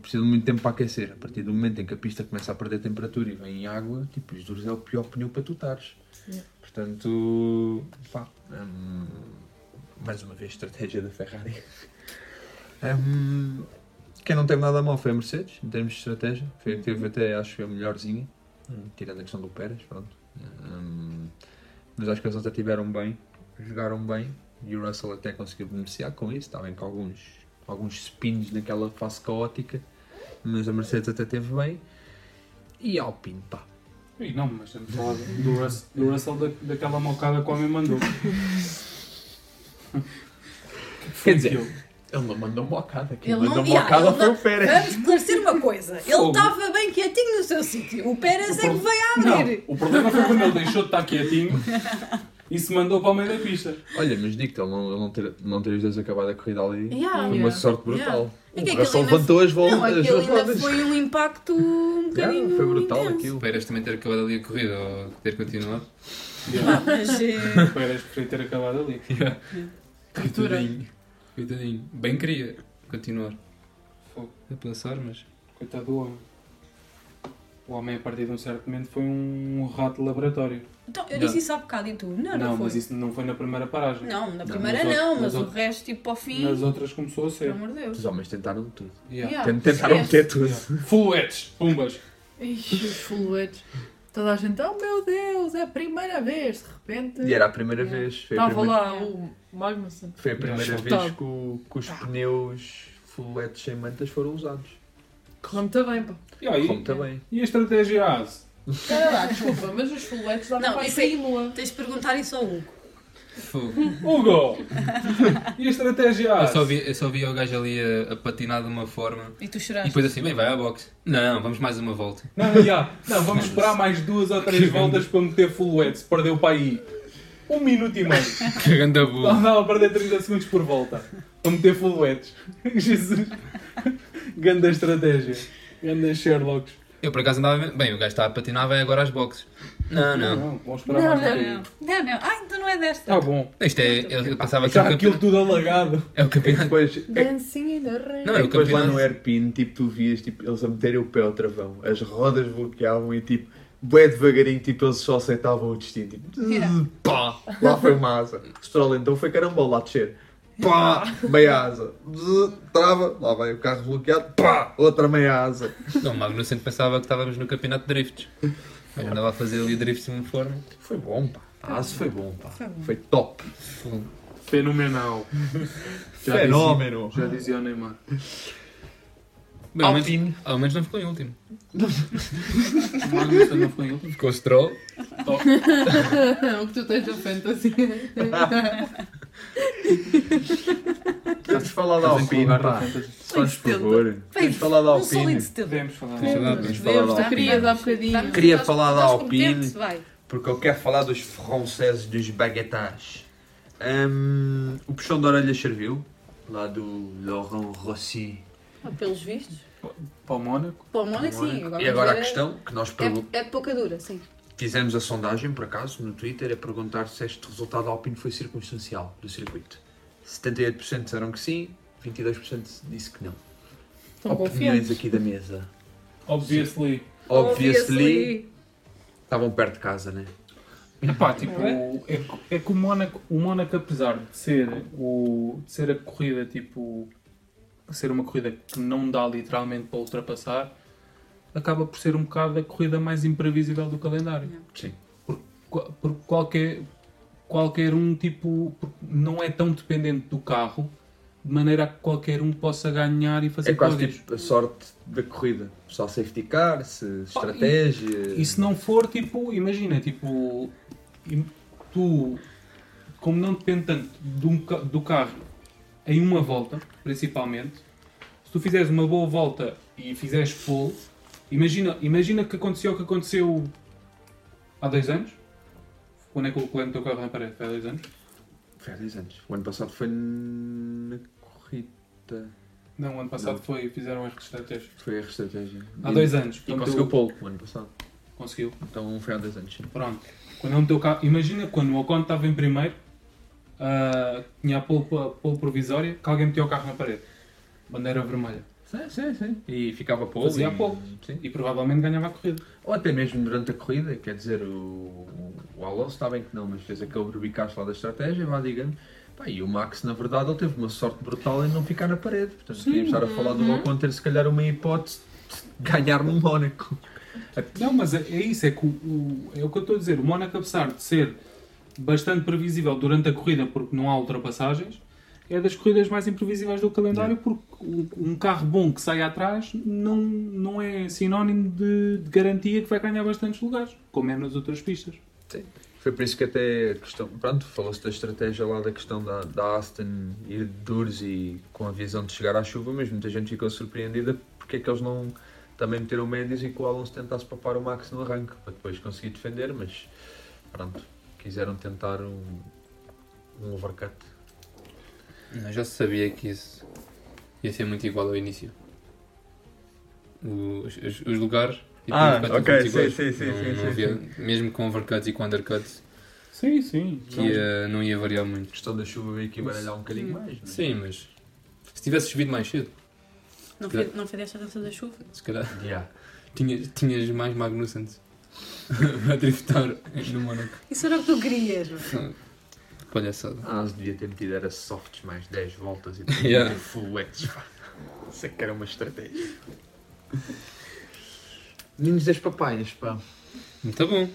E: precisam de muito tempo para aquecer, a partir do momento em que a pista começa a perder temperatura e vem água, tipo, os duros é o pior pneu para tu estares. Portanto, pá, hum, mais uma vez, estratégia da Ferrari. Hum, quem não teve nada a mal foi a Mercedes, em termos de estratégia, foi a que teve até, acho que a melhorzinha, hum, tirando a questão do Pérez, pronto. Hum, mas acho que eles até tiveram bem, jogaram bem e o Russell até conseguiu beneficiar com isso, está bem com alguns, alguns spins naquela fase caótica, mas a Mercedes até teve bem. E a Alpine, pá.
H: Ih, não, mas estamos a falar do, Russ, do Russell da, daquela mocada que o homem mandou.
E: Quer dizer,
H: Eu-
E: ele não mandou mocada, quem
F: Ele
E: mandou
F: não- Yeah,
E: mocada
F: ele
E: foi
F: não-
E: o Pérez.
F: Vamos esclarecer uma coisa. Ele
H: Fogo.
F: estava bem quietinho no seu sítio. O Pérez é que veio a abrir.
H: Não, o problema foi quando ele deixou de estar quietinho e se mandou para o meio da pista.
E: Olha, mas digo-te, ele não, ele não ter, não ter os dois acabado a corrida ali.
F: Yeah.
E: Foi uma sorte brutal.
F: É que
E: O
F: aquilo
E: Russell
F: ainda-
E: levantou as voltas.
F: Não, aquilo
E: as
F: ainda
E: voltas.
F: foi um impacto um
E: Yeah,
F: bocadinho
E: foi brutal
F: intenso.
E: aquilo.
D: O Pérez também ter acabado ali a corrida ou ter continuado.
F: Ah, mas, eh,
H: O Pérez podia ter acabado ali.
G: Tortura.
D: Coitadinho. Coitadinho. Bem queria continuar
H: Fogo.
D: a passar, mas.
H: Coitado do homem. O homem, a partir de um certo momento, foi um rato de laboratório.
F: então, eu disse isso há bocado e tu. Não, não, foi.
H: mas isso não foi na primeira paragem.
F: Não, na primeira
H: nas
F: não, mas
H: outras- nas
F: o
H: outras-
F: resto, tipo, ao fim.
H: Nas outras começou a ser.
F: Pelo amor de Deus.
E: Os homens tentaram tudo.
H: Yeah.
F: Ah, Yeah.
E: Tentaram
F: Esquece.
E: meter tudo.
H: Yeah. Full edge, pumbas.
G: Ixi, os fluentes. Toda a gente, oh meu Deus, é a primeira vez. De repente,
E: E era a primeira vez. Foi a
G: estava
E: primeira,
G: lá o Magnussen.
E: foi a primeira
H: Yeah.
E: vez
G: Soltado.
E: que, o- que os pneus fuletes sem mantas foram usados.
G: Correu muito bem, pá.
H: E aí?
E: Como também.
H: E a estratégia ASE?
G: Ah, desculpa, mas os fluentes davam
F: Não,
G: para
F: isso
G: isso aí
F: aí-
G: lua.
F: Tens de perguntar isso ao Hugo.
D: Fogo.
H: Hugo! e a estratégia
D: Eu
H: ASE?
D: só vi, eu só vi o gajo ali a, a patinar de uma forma.
F: E tu
D: E
F: choraste.
D: depois assim, bem, vai à boxe. Não, vamos mais uma volta.
H: Não, não, já. não, vamos esperar mais duas ou três voltas para meter full edge. Se perdeu para aí um minuto e meio.
D: Que ganda
H: Não,
D: burro.
H: não, a perder 30 segundos por volta. Para meter full edge. Jesus. Ganda estratégia. Ganda Sherlocks.
D: Eu por acaso andava. a ver- Bem, o gajo está a patinar, vai agora às boxes. Não, não.
K: Não, vamos
F: Não,
K: esperar
F: não,
K: mais um
F: não.
K: bocadinho.
F: Não, não. Ai, tu não é desta.
K: Tá
H: Ah,
K: bom.
D: Isto é. Eu eu pensava que
K: Está
D: era o campe-
K: aquilo tudo alagado.
D: é o campeonato.
E: Depois, é,
I: Dancinha da rei.
D: Não,
E: é
D: é
E: que
D: o
E: depois lá no
D: campeonato.
E: airpin, tipo, tu vias tipo, eles a meterem o pé ao travão, as rodas bloqueavam e tipo, bué devagarinho, tipo, eles só aceitavam o destino. Tipo,
F: Yeah.
E: zzz, pá, lá foi uma asa. Stroll então foi carambola a descer. Pá, meia asa. Zzz, Trava, lá vai o carro bloqueado. Pá, outra meia asa.
D: Não, o Magnussen pensava que estávamos no campeonato de drifts. Mas andava a fazer ali o drift de uma forma.
E: Foi bom, pá. A asa foi bom, pá. Foi top.
D: Fogo.
H: Fenomenal. Já
E: Fenómeno.
H: Dizia, já dizia o Neymar.
D: Bem, ao, menos, ao menos não ficou em último.
H: O Magnussen não foi em último.
D: Ficou o Stroll.
I: o que tu tens da
F: assim.
I: fantasia.
E: Vamos falar da
H: Tem que
E: Alpine,
H: levar
E: pá.
H: na fantasy.
E: Faz favor. Vamos falar da
F: Um sólido
E: Alpine.
F: setembro.
H: Podemos falar.
E: Vamos falar
I: Deus,
E: da
I: tu
E: Alpine.
F: um
I: querias há bocadinho.
E: Queria falar da Alpine.
F: Vai.
E: porque eu quero falar dos franceses dos baguetas. Hum, o puxão de orelhas serviu, lá do Laurent Rossi.
F: Ah, pelos vistos.
H: Para o Mónaco.
F: Pô, mano, sim.
E: e agora a questão que nós pergu-
F: É, é de pouca dura, sim.
E: fizemos a sondagem, por acaso, no Twitter, a perguntar se este resultado alpino foi circunstancial do circuito. 78% disseram que sim, 22% disse que não.
G: Estão
E: Opiniões
G: confiantes.
E: aqui da mesa.
K: Obviously.
E: Obviously, estavam perto de casa, né?
H: Epá, tipo,
K: Tipo, é, que- é que o Mónaco, o Mónaco, apesar de ser, o, de ser a corrida, tipo, ser uma corrida que não dá literalmente para ultrapassar, acaba por ser um bocado a corrida mais imprevisível do calendário.
E: Sim.
H: Por, qua- por qualquer, qualquer um, tipo, por- não é tão dependente do carro, de maneira a que qualquer um possa ganhar e fazer
E: É quase
H: pódios.
E: tipo a sorte da corrida. Só safety car, se
H: Pá, e-
E: estratégia.
H: E se não for, tipo, imagina, tipo, im- tu, como não depende tanto de um ca- do carro em uma volta, principalmente, se tu fizeres uma boa volta e fizeres pole, imagina, imagina que aconteceu o que aconteceu há dois anos. Quando é que o Leclerc meteu o carro na parede? Foi há dois anos?
E: Foi há dois anos. O ano passado foi na corrida.
H: Não, o ano passado foi, fizeram as estratégias.
E: Foi a estratégia.
H: Há dois anos.
E: E
H: Quando
E: conseguiu
H: meteu-
E: pouco o ano passado.
H: Conseguiu.
E: Então foi há dois anos. sim.
H: Pronto. Quando é ele meteu o carro, imagina quando o Ocon estava em primeiro, ah, tinha a pole, pole provisória, que alguém meteu o carro na parede. Bandeira vermelha.
E: Sim, sim, sim. E ficava pouco.
H: Fazia
E: e...
H: pouco.
E: Sim.
H: E provavelmente ganhava a corrida.
E: Ou até mesmo durante a corrida, quer dizer, o, o Alonso está bem que não, mas fez aquele rubicaço lá da estratégia, vá digamos. Pá, e o Max, na verdade, ele teve uma sorte brutal em não ficar na parede. Portanto, podíamos estar a falar do Ocon ter, se calhar, uma hipótese de ganhar no Mónaco.
H: Não, mas é, é isso, é, que o, o- é o que eu estou a dizer. O Mónaco, apesar de ser bastante previsível durante a corrida, porque não há ultrapassagens, é das corridas mais imprevisíveis do calendário, porque um, um carro bom que sai atrás não, não é sinónimo de, de garantia que vai ganhar bastantes lugares, como é nas outras pistas.
E: Foi por isso que até a questão. Pronto, falou-se da estratégia lá da questão da, da Aston ir duros e com a visão de chegar à chuva, mas muita gente ficou surpreendida porque é que eles não também meteram médios e que o Alonso tentasse papar o Max no arranque para depois conseguir defender, mas pronto, quiseram tentar um, um overcut.
D: Não, já se sabia que isso ia ser muito igual ao início. Os, os- os lugares. e
E: Ah,
D: os lugares
E: ok,
D: muito iguais.
E: sim, sim, sim,
D: Não-
E: sim,
D: não
E: sim,
D: havia- Mesmo com overcuts e com undercuts,
H: Sim, sim.
D: que ia- não ia variar muito.
E: A questão da chuva veio aqui baralhar um bocadinho mais, não é?
D: Sim, mas se tivesse chovido mais cedo,
F: Não foi, não foi desta dança da chuva.
D: se calhar
E: Yeah.
D: tinhas, tinhas mais Magnussen a driftar no Mónaco.
F: Isso era o que tu querias. não é?
D: Palhaçada.
E: A Aston devia ter metido era softs mais 10 voltas e depois
D: Yeah.
E: meter full wets. pá. Isso é que era uma estratégia. Meninos das papaias, pá.
D: Muito bom.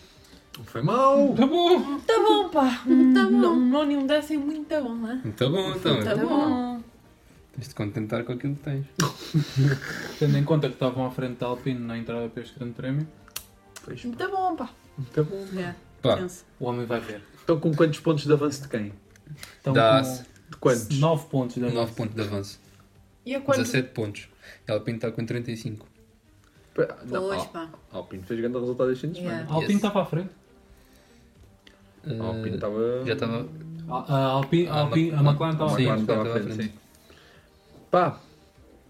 E: Não foi mal.
H: Tá bom.
G: Tá bom, pá. Tá bom. Um nono e um décimo, muito tá bom, não é?
D: Muito bom, então.
G: Tá bom.
D: Tens de contentar com aquilo que tens.
H: Tendo em conta que estavam à frente da Alpine na entrada para este grande prémio,
E: Pois,
G: Tá bom, pá.
E: Tá bom.
F: Hum, é.
D: Pá.
F: Pensa.
H: o homem vai ver.
E: Estão com quantos pontos de avanço de quem?
H: Estão
D: Dá-se.
E: De quantos?
H: 9 pontos da
D: 9 pontos de avanço.
G: E a quanto?
D: 17 pontos. Ela pinta com 35.
E: Pá, Não,
F: Pois,
E: Al-
F: pá. É.
E: Alpine fez grande resultado este fim de semana.
H: A Alpine
D: Yes.
H: estava à frente.
D: Eh,
E: A Alpine estava.
D: Já estava.
H: A, a Alpine, a,
D: Ah,
H: Alpine, a
D: Mac-
H: McLaren estava à
D: Sim,
H: frente.
E: estava à frente, sim. Pá,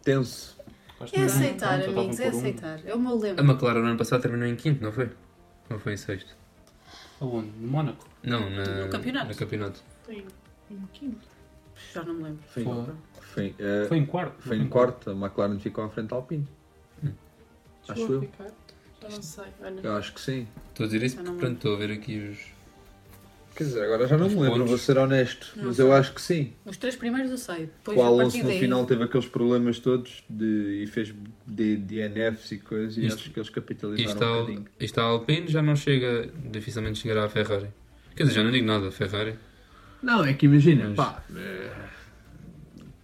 E: tenso.
H: Acho que
F: É
H: não, não,
F: aceitar,
H: só estavam
F: amigos, é
H: por um.
F: aceitar. É o meu
D: A
F: lema.
D: McLaren no ano passado terminou em quinto, não foi? Não foi em sexto?
H: Aonde? No Mónaco?
D: Não, na,
F: No campeonato.
D: No campeonato.
F: Tem um quinto. Já não me lembro.
E: Foi,
H: Foi.
E: foi, eh,
H: Foi em quarto.
E: foi em quarto. A McLaren ficou à frente da Alpine. Acho
G: Chegou a
E: eu.
G: ficar? Já não sei. Olha.
E: Eu acho que sim.
D: Estou a dizer isso
F: Já
D: porque
F: não
D: pronto, estou a ver aqui os.
E: Quer dizer, agora já não
D: Os
E: me lembro,
D: pontos.
E: vou ser honesto.
F: Não
E: mas
F: sei.
E: eu acho que sim.
F: Os três primeiros eu sei. Depois
E: o
F: a
E: Alonso
F: partir
E: no
F: daí.
E: final teve aqueles problemas todos de, e fez de DNFs e coisas e
D: Isto-
E: acho que eles capitalizaram
D: Isto, é
E: um
D: ao-
E: bocadinho.
D: isto a Alpine já não chega, dificilmente chegará à Ferrari. Quer dizer, já não digo nada, a Ferrari.
E: Não, é que imagina,
D: Mas-
E: pá, eh,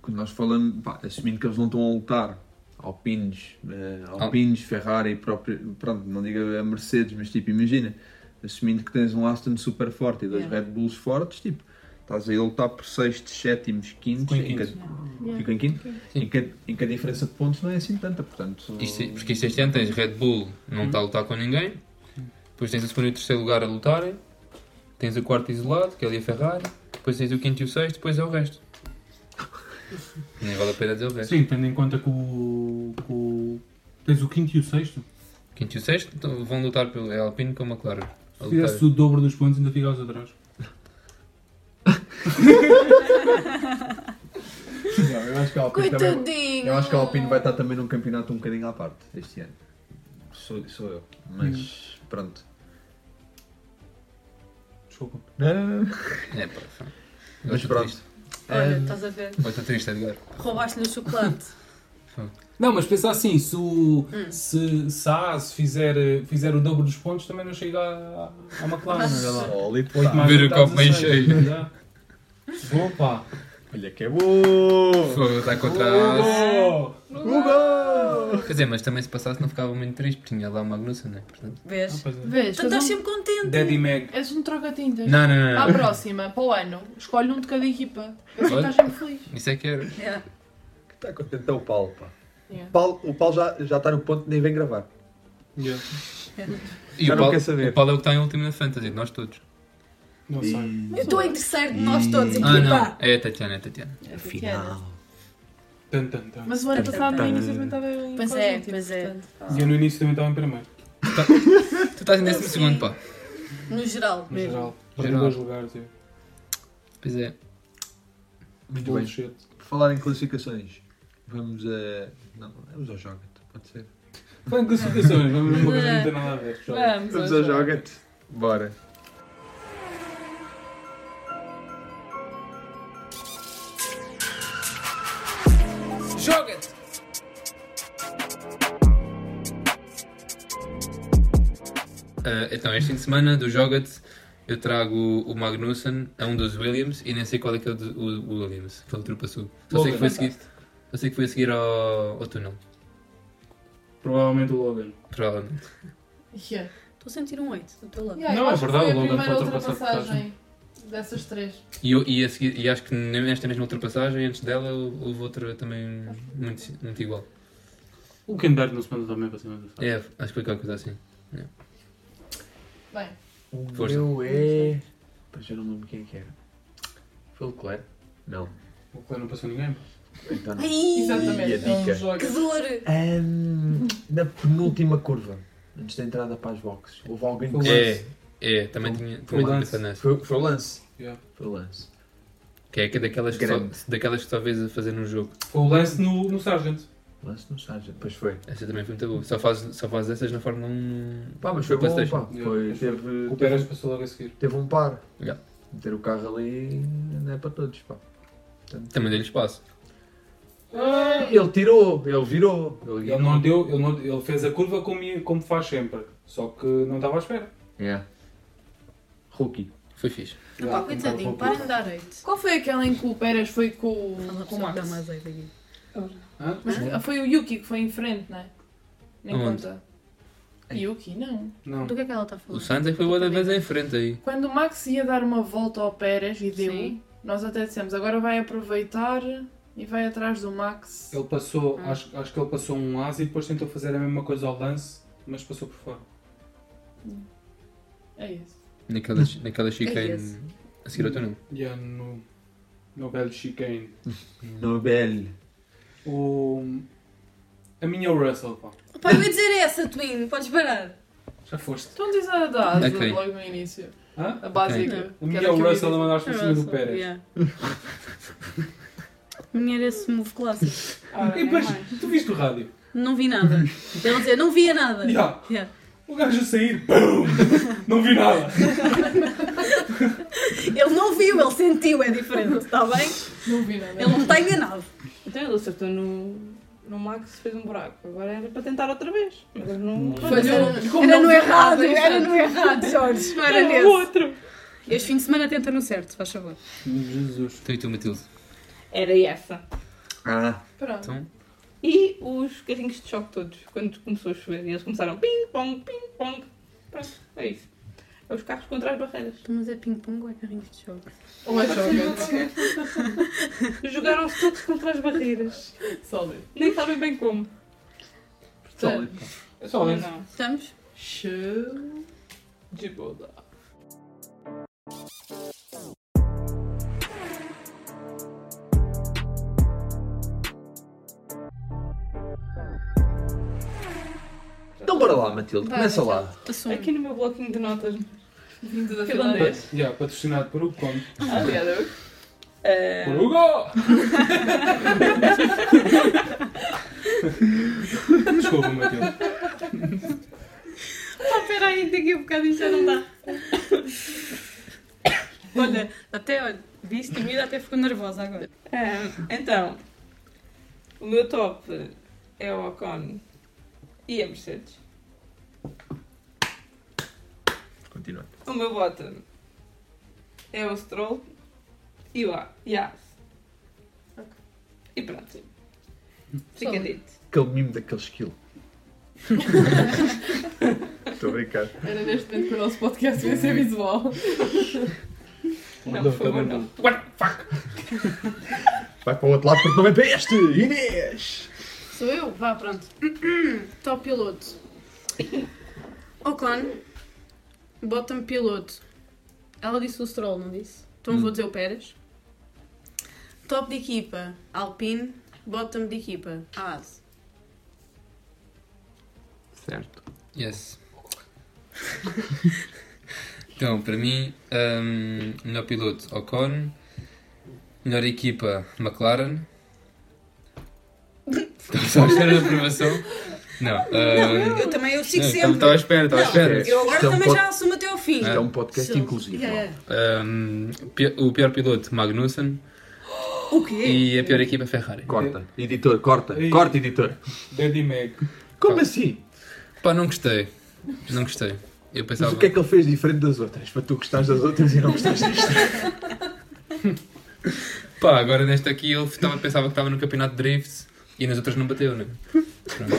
E: quando nós falamos, pá, assumindo que eles não estão a lutar, Alpines, eh, Alpines, Ferrari, próprio, pronto, não diga a Mercedes, mas tipo, imagina, assumindo que tens um Aston super forte e dois
F: Yeah.
E: Red Bulls fortes, tipo, estás aí a lutar por sextos, sétimos, quintos,
H: Ficou em
E: em que,
H: quinto.
G: Yeah.
E: ficou em quinto, em que, em que a diferença de pontos não é assim tanta, portanto...
D: Isto- porque isto este ano tens Red Bull, não está a lutar com ninguém. Depois tens o segundo e o terceiro lugar a lutarem. Tens o quarto isolado, que é ali a Ferrari. Depois tens o quinto e o sexto, depois é o resto. Nem vale a pena
E: é.
D: dizer o resto.
H: Sim, tendo em conta que o, que o- Tens o quinto e o sexto.
D: Quinto e o sexto então, vão lutar pelo é a Alpine com a McLaren. A
H: Se
D: lutar.
H: fizesse o dobro dos pontos, ainda ficavas atrás.
E: Não, eu acho que a Alpine também-
F: Coitadinho!
E: Eu acho que a Alpine vai estar também num campeonato um bocadinho à parte este ano. Hum. Sou, sou eu. Mas pronto.
H: Desculpa.
D: É, pá, foi.
E: Ah. Mas
D: Outra
E: pronto.
D: triste.
E: É.
F: Olha, estás a ver?
D: Outra triste, é Edgar.
F: Roubaste-lhe o chocolate.
H: Não, mas pensa assim, se, o,
F: Hum.
H: se, se a AS fizer, eh, fizer o dobro dos pontos, também não chega à, à McLaren, é olha lá.
E: Sólido,
H: Oito
E: pá.
H: mais
D: Ver
H: um
D: o
H: dá
D: copo meio
H: 16,
D: cheio.
H: já. Boa, pá.
E: Olha que é bom!
D: Foi lutar contra a...
H: Boa.
E: Hugo!
D: Quer dizer, mas também se passasse não ficava muito triste, porque tinha lá o Magnussen, não é? Portanto...
H: Ah,
F: Vês?
H: pois é.
G: Vês?
F: Portanto,
G: és
F: estás
G: um-
F: sempre contente.
H: Daddy Mag.
G: És um troca-tintas.
D: Não, não, não,
G: À
D: não.
G: próxima, para o ano, escolhe um de cada equipa. Assim
D: Olha.
G: estás sempre feliz.
D: Isso é que era.
F: É.
E: Está contente é o Paulo, pá.
G: Yeah.
E: Paulo- o Paulo já, já está no ponto de nem vem gravar.
H: Yeah.
D: E
E: Já
D: o
E: não
D: Paulo,
E: quer saber.
D: o Paulo é o que está em último na Fantasy, de nós todos.
H: Não sei.
F: Eu estou em terceiro de nós todos.
D: Ah,
F: Equipa!
D: não. É a Tatiana, é a Tatiana.
G: É pequena.
H: Tan, tan, tan.
G: Mas o ano passado no início também estava em
F: Pois é,
G: conjunto,
F: pois é.
G: portanto.
H: E eu no início também estava em primeiro,
D: Tu estás em décimo segundo, pá.
F: No geral.
H: no geral. Para
D: Geral.
H: dois lugares, é.
D: Pois é.
E: Muito bem.
H: Bullshit.
E: Por falar em classificações, vamos a. Não, vamos ao Joga, pode ser.
H: Falando de classificações, vamos numa coisa que não tem nada a ver. Joga.
G: Vamos,
E: Vamos
G: vamos
E: ao
G: lá.
E: é Joga. Bora.
D: Ah, então, este fim de semana do Jogat eu trago o Magnussen a um dos Williams e nem sei qual é que é o, do- o- o Williams, que ele ultrapassou. Só sei que foi a seguir, só sei que foi a seguir ao, ao túnel,
H: Provavelmente o Logan.
D: provavelmente.
G: Yeah.
F: Estou a sentir um oito do teu lado.
G: Yeah, eu
H: Não, é
G: acho que
H: verdade,
G: Foi
H: o
G: a
H: Logan
G: primeira
H: pode ultrapassar
G: ultrapassagem dessas três.
D: E, eu- e, a seguir- e acho que nesta mesma ultrapassagem, antes dela, houve outra também muito, muito igual.
H: O Kendar não se manda também para cima do Fábio.
D: É, acho que foi qualquer coisa assim.
G: Bem,
E: O
D: Força.
E: meu é. Pois eu não lembro quem é que era. Foi o Leclerc? Não.
H: O Clay não passou ninguém.
E: Então não.
F: Ai,
E: E
G: exatamente.
E: a
G: então
E: dica?
G: joga.
F: que dor!
E: Ahm, na penúltima curva, antes da entrada para as boxes, houve alguém que.
D: É, é, também tinha,
H: Foi
D: também
H: o
D: tinha
H: lance.
D: pensado nessa.
E: Foi, foi o lance.
H: Yeah.
E: Foi o lance.
D: Que é que daquelas que, só,
E: Grande.
D: daquelas que só vês a fazer num jogo.
H: Foi o lance no, no Sargent.
E: O lance não sabe. Pois foi.
D: Essa também foi muito boa. Só fazes só fazes essas na Fórmula 1. no-
E: Pá, mas foi
D: no
E: bom,
D: um PlayStation.
E: pá. Foi,
H: Yeah.
E: teve,
H: O
E: teve,
H: Pérez passou logo a seguir.
E: teve um par.
D: Yeah.
E: Meter o carro ali não é para todos, pá.
D: Também deu-lhe espaço.
E: Ele tirou, ele virou.
H: Ele não deu, ele, não- ele fez a curva como, ia- como faz sempre, só que não estava à espera.
E: Yeah. Rookie.
D: Foi fixe.
F: Não, pá, coitadinho, para de dar oito.
G: Qual foi aquela em que o Pérez foi com, o- com o Max? Mas ah, foi o Yuki que foi em frente, não é? Nem
D: Aonde?
G: conta. Yuki, não.
H: Não.
F: Do que é que ela está a
D: O
F: falar?
D: Sainz é que foi boa da vez em frente aí.
G: Quando o Max ia dar uma volta ao Pérez e deu,
F: Sim.
G: nós até dissemos, agora vai aproveitar e vai atrás do Max.
H: Ele passou,
G: Hum.
H: acho, acho que ele passou um asa e depois tentou fazer a mesma coisa ao lance, mas passou por fora.
G: É isso.
D: Naquela,
E: Hum.
D: naquela chicane.
F: É esse.
D: a seguir ao túnel.
H: E é no, no velho chicane.
E: Nobel.
H: O, A minha é o Russell, pá.
I: Pá, eu ia dizer essa, Twin, podes parar.
H: Já foste.
G: Então diz a da asa
H: Ok.
G: logo no início.
H: Hã?
G: A básica.
H: Ok. O
I: Um
G: que
H: Miguel
G: era que eu
H: Russell
G: ia
H: a mandar
G: dizer.
H: por cima do Pérez.
F: yeah. Minha era esse move clássico.
G: Ah, é
H: e depois, tu viste o rádio?
F: Não vi nada. Ele dizia, não via nada.
H: Yeah.
F: Yeah.
H: O gajo a sair, BUM! Não vi nada.
F: Ele não viu, ele sentiu, é diferente, está bem?
I: é
G: Não vi nada.
F: Ele não está enganado.
I: Então ele acertou no. No Max fez um buraco. Agora era para tentar outra vez. Agora não.
G: um-
F: Era, era
G: é-
F: no errado, era no errado, Jorge. Não era
I: Era o
F: nesse.
I: outro.
F: Este fim de semana tenta no certo, faz favor.
E: Hum.
H: Jesus.
D: Então e tu, Matilde?
I: Era essa.
E: Ah,
I: Pronto.
D: Então?
I: E os carrinhos de choque todos, quando começou a chover, e eles começaram ping-pong, ping-pong. Pronto, é isso. É os carros contra as barreiras.
F: Mas é ping-pong ou é carrinhos de jogo?
G: Ou é joga.
I: Jogaram-se todos contra as barreiras.
G: Um Sólido.
I: Nem sabem bem como.
G: Portanto,
H: É só isso.
G: não.
F: Estamos?
G: Show de boda.
E: Então bora lá, Matilde,
F: Vai,
E: começa
F: Matilde.
E: lá.
F: Assume.
I: Aqui no meu bloquinho de notas,
G: Vindo da Finlândia.
I: finlandês.
H: Yeah, patrocinado por Hugo Conde.
G: Aliado. É.
I: Ah,
H: Por Hugo! Desculpa, Matilde.
F: Pá, peraí, daqui a bocado isso um já não dá. olha, até olha, vi isso comigo até ficou nervosa agora.
I: ah, então, o meu top é o Ocon e a Mercedes.
E: Continua.
I: O meu bottom é o Stroll e o A. E a Haas. E pronto. Fica dito.
E: Aquele mimo daquele skill. Estou a brincar.
G: Era neste tempo que o nosso podcast ia ser visual.
I: Não, por favor, não.
E: Vai para o outro lado porque não é para este! Inês!
F: Sou eu? Vá, pronto. Top piloto. Ocon, bottom piloto. Ela disse o Stroll, não disse? Então
E: Hum.
F: vou dizer o Pérez. Top de equipa, Alpine. Bottom de equipa, Haas.
E: Certo.
D: Yes. então, para mim, hum, melhor piloto Ocon, melhor equipa McLaren. Estava à espera da aprovação? Não. hum,
F: Eu também, eu sigo
D: não,
F: sempre.
D: Estava à espera, estava à espera.
F: Eu agora
E: Isto é um
F: também
E: pod-
F: já assumo até ao fim.
E: Isto é um podcast
F: Sou-
E: inclusivo.
F: Yeah.
D: Hum, pi- o pior piloto Magnussen
F: O quê?
D: e a pior equipa Ferrari.
E: Corta. Editor, corta.
H: Ei.
E: Corta, editor.
H: Daddy Mag.
E: Como assim?
D: Pá, não gostei. Não gostei. Eu
E: Mas
D: pensava.
E: o que é que ele fez diferente das outras? Para tu gostares das outras e não gostares desta?
D: Pá, agora nesta aqui ele tava- pensava que estava no campeonato de drift e nas outras não bateu, né?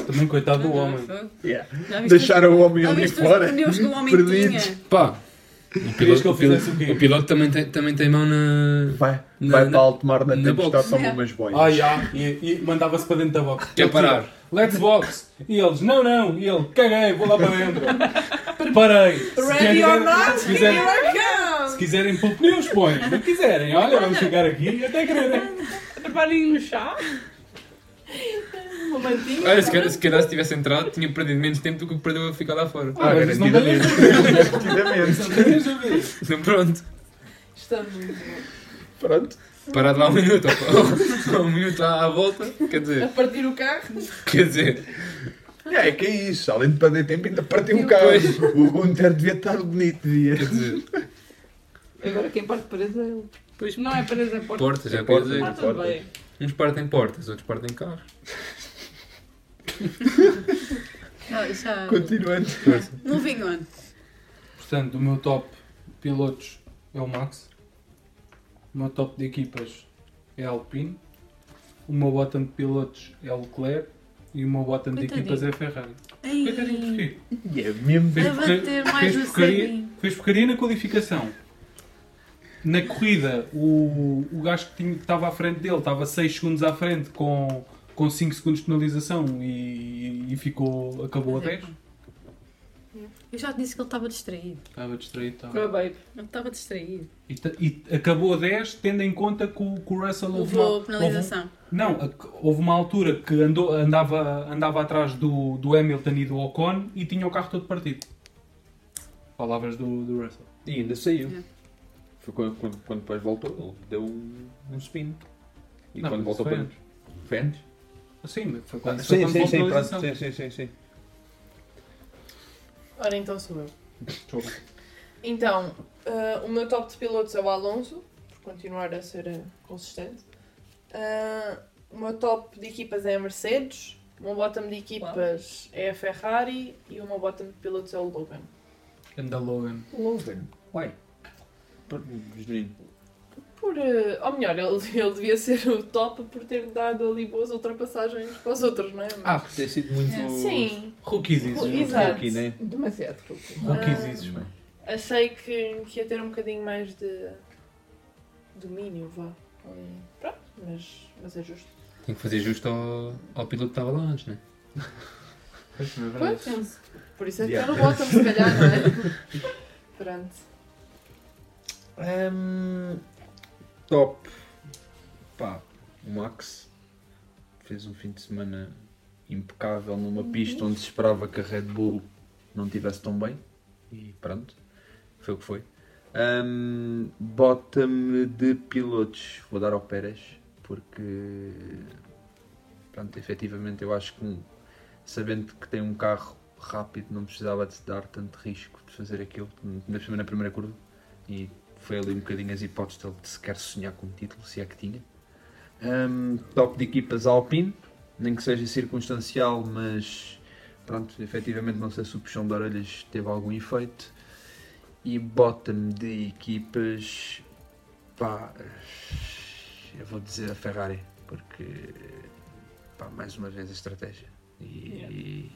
H: Também coitado do homem.
E: Yeah.
F: Já viste
E: Deixar o homem
F: Já
E: ali
F: viste os
E: fora.
F: pneus que o homem
E: Perdidos.
F: tinha?
D: Pá! O
H: Querias
D: piloto,
H: que ele
D: o piloto-
H: fizesse o quê?
D: o piloto também, tem, também tem mão na.
E: Vai,
D: Na-
E: vai
D: na-
E: para Altomar na
D: na
E: tempestade,
D: box.
E: toma umas boias.
H: Ah, já. E, e mandava-se para dentro da box.
D: Quer parar?
H: Let's box. E eles, não, não. E ele, caguei, vou lá para dentro. Parei. Se
F: Ready
H: quiserem-
F: or not,
H: se
F: here
H: quiserem-
F: I come!
H: Se quiserem pôr pneus, põem. Não quiserem, olha, vamos chegar aqui e até quererem.
I: Preparem um chá.
D: Olha, se calhar, se calhar se tivesse entrado tinha perdido menos tempo do que perdeu a ficar lá fora.
H: Ah, mas isso não tem
E: garantidamente. Garantidamente.
H: Tens a ver.
D: Então pronto,
G: Estamos muito bom.
E: Pronto.
D: parado lá um minuto, ó, um minuto lá à volta, quer
G: A
D: dizer,
G: partir o carro.
D: quer dizer,
E: É, é que é isso. Além de perder tempo, ainda partiu um carro.
D: Pois.
E: O Gunter devia estar bonito, devia.
D: quer dizer,
I: Agora quem parte paredes é ele.
D: Pois.
I: não é paredes, é porta.
D: portas, já quer
E: portas.
D: dizer,
I: Ah, tudo bem.
D: uns partem portas, outros partem carros.
F: Ah, já-
E: Continuando.
F: Moving on.
H: Portanto, o meu top de pilotos é o Max. O meu top de equipas é a Alpine. O meu bottom de pilotos é o Leclerc. E o meu bottom de
F: Coitadinho.
H: equipas é a Ferrari. Coitadinho,
F: Ai,
H: porquê?
E: E é mesmo.
H: Fez
F: a
H: porca-
F: bater mais
H: fez
F: o
H: porcaria-
F: ceguinho.
H: Fez porcaria na qualificação. Na corrida, o, o gajo que tinha- que estava à frente dele estava 6 segundos à frente com, com
F: é
H: 5 segundos de penalização e, e ficou, acabou a 10.
F: Eu já te disse que ele estava distraído.
L: Estava distraído, estava.
F: babe. Ele estava distraído.
L: E, ta- e acabou a 10, tendo em conta que o, que o Russell houve
F: Levou
L: uma-
F: a penalização.
L: Não, a- houve uma altura que andou, andava, andava atrás do, do Hamilton e do Ocon e tinha o carro todo partido. Palavras do, do Russell.
E: E ainda saiu.
F: Yeah.
E: Foi quando, quando, quando depois voltou, ele deu um, um spin. E
L: Não,
E: quando
L: mas
E: voltou
L: foi
E: para.
L: antes.
E: Foi antes?
L: Sim, mas foi
E: Ah,
L: quando, foi
E: sim,
L: quando
E: sim,
L: houve
E: sim, pronto.
L: penalização.
E: sim, sim, sim, sim.
G: Ora, então sou eu.
L: Desculpa.
G: Então, ah, o meu top de pilotos é o Alonso, por continuar a ser ah, consistente. Ah, o meu top de equipas é a Mercedes, o meu bottom de equipas é a Ferrari e o meu bottom de pilotos é o Logan.
L: Ganda Logan.
E: Logan. Uai. Por- Genuíno.
G: Por, ah, ou melhor, ele, ele devia ser o top por ter dado ali boas ultrapassagens para os outros, não é? Mas-
E: Ah, por ter sido muito.
G: Sim, Eh,
L: Rookies isso.
G: exato.
E: Aqui, né?
I: Demasiado rookie.
L: Rookies isso.
G: Achei que, que ia ter um bocadinho mais de domínio, vá. Hum, Pronto, mas, mas é justo.
D: Tem que fazer justo ao, ao piloto que estava lá antes, né?
G: Pois, por isso é que
E: Yeah.
G: eu não voto, se calhar, não é? Pronto.
E: Hum, top. Pá, o Max fez um fim de semana impecável numa pista onde se esperava que a Red Bull não tivesse tão bem. E pronto, foi o que foi. Hum, Bota-me de pilotos. Vou dar ao Pérez, porque pronto, efetivamente eu acho que um, sabendo que tem um carro rápido não precisava de se dar tanto risco de fazer aquilo, na primeira, na primeira curva e foi ali um bocadinho as hipóteses dele de sequer sonhar com o título, se é que tinha. Ahm, top de equipas Alpine, nem que seja circunstancial, mas pronto, efetivamente não sei se o puxão de orelhas teve algum efeito. E bottom de equipas, pá, eu vou dizer a Ferrari, porque pá, mais uma vez a estratégia. E,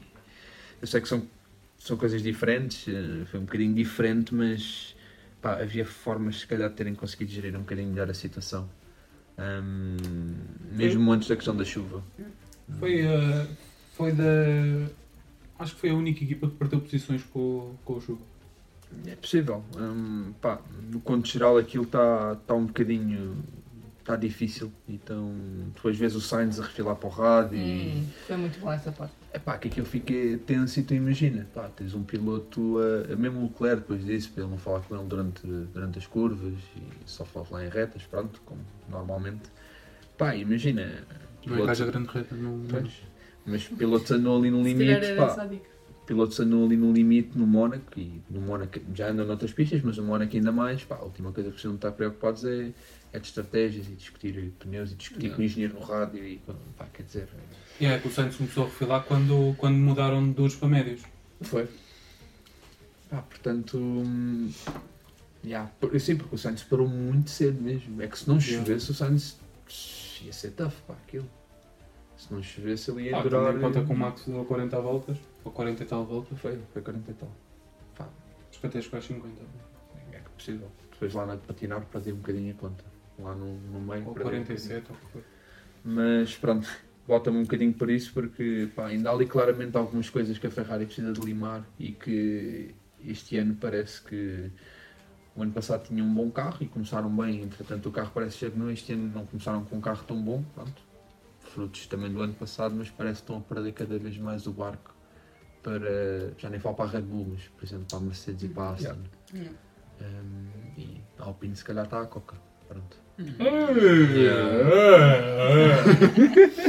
E: eu sei que são, são coisas diferentes, eh, foi um bocadinho diferente, mas pá, havia formas se calhar de terem conseguido gerir um bocadinho melhor a situação. Ahm, mesmo antes da questão da chuva.
L: Foi, eh, foi da. Acho que foi a única equipa que perdeu posições com, o- com o jogo.
E: É possível. Hum, pá, no conto geral aquilo está tá um bocadinho. está difícil. Então depois vês o Sainz a refilar para o rádio e.
I: Foi muito bom essa parte.
E: É pá, que aquilo fica tenso e tu imagina. Pá, tens um piloto, a, mesmo o Leclerc depois disso, para ele não falar com ele durante, durante as curvas e só falar lá em retas, pronto, como normalmente. Pá, imagina.
D: é
L: Não
H: é
E: piloto-
L: engaja grande reta. Não,
E: Pois. Mas pilotos andam ali no
F: Se calhar
E: limite,
F: era
E: pá. Tá
F: essa a dica.
E: Pilotos andam ali no limite no Mónaco e no Mónaco já andam noutras pistas, mas no Mónaco ainda mais, pá. A última coisa que precisam estar preocupados é, é de estratégias e discutir pneus e discutir com o engenheiro no rádio e pá, quer dizer.
L: E é que o Santos começou a refilar quando, quando mudaram de duros para médios.
E: Foi. Ah, portanto. hum, yeah, por- sim, porque o Sainz parou muito cedo mesmo. É que se não
L: Yeah.
E: chovesse, o Sainz ia ser tough, pá, aquilo. Se não chovesse, ele ia
L: Ah,
E: durar. hum,
L: tendo em conta que o Max deu 40 voltas, ou 40 e tal voltas,
E: Foi, foi 40 e tal.
L: acho que até chegou às 50.
E: É que é possível. Depois lá na de patinar perdi um bocadinho a conta. Lá no, no meio.
L: Ou
E: perdi um
L: 47, ou o que foi.
E: bocadinho. Mas pronto, bota-me um bocadinho por isso porque pá, ainda há ali claramente algumas coisas que a Ferrari precisa de limar e que este ano parece que o ano passado tinha um bom carro e começaram bem, entretanto o carro parece que estagnou, este ano não começaram com um carro tão bom, pronto. Frutos também do ano passado, mas parece que estão a perder cada vez mais o barco para, já nem falo para a Red Bull, mas por exemplo para a Mercedes e para a Aston.
F: Yeah.
E: Um, e a Alpine se calhar está à coca. Pronto.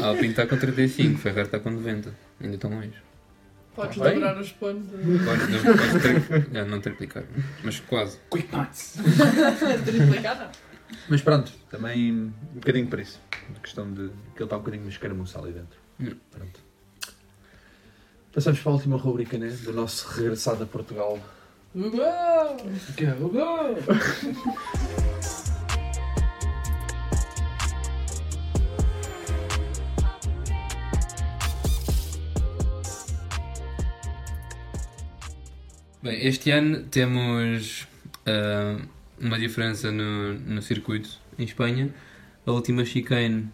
D: A Alpine está tá com 35, Ferrari está tá com 90. Ainda estão longe.
G: Podes
E: Tá bem.
G: dobrar os pontos.
D: Quase, não, quase tri- ah, não triplicar, mas quase.
L: Quick Nights!
G: Triplicada.
E: Mas pronto, também um bocadinho para isso. A questão de que ele está um bocadinho mais escaramuçal ali dentro.
D: Hum.
E: Pronto. Passamos para a última rubrica, né? Do nosso regressado a Portugal.
G: Uau!
L: Go, go!
D: Bem, este ano temos ah, uma diferença no, no circuito em Espanha. A última chicane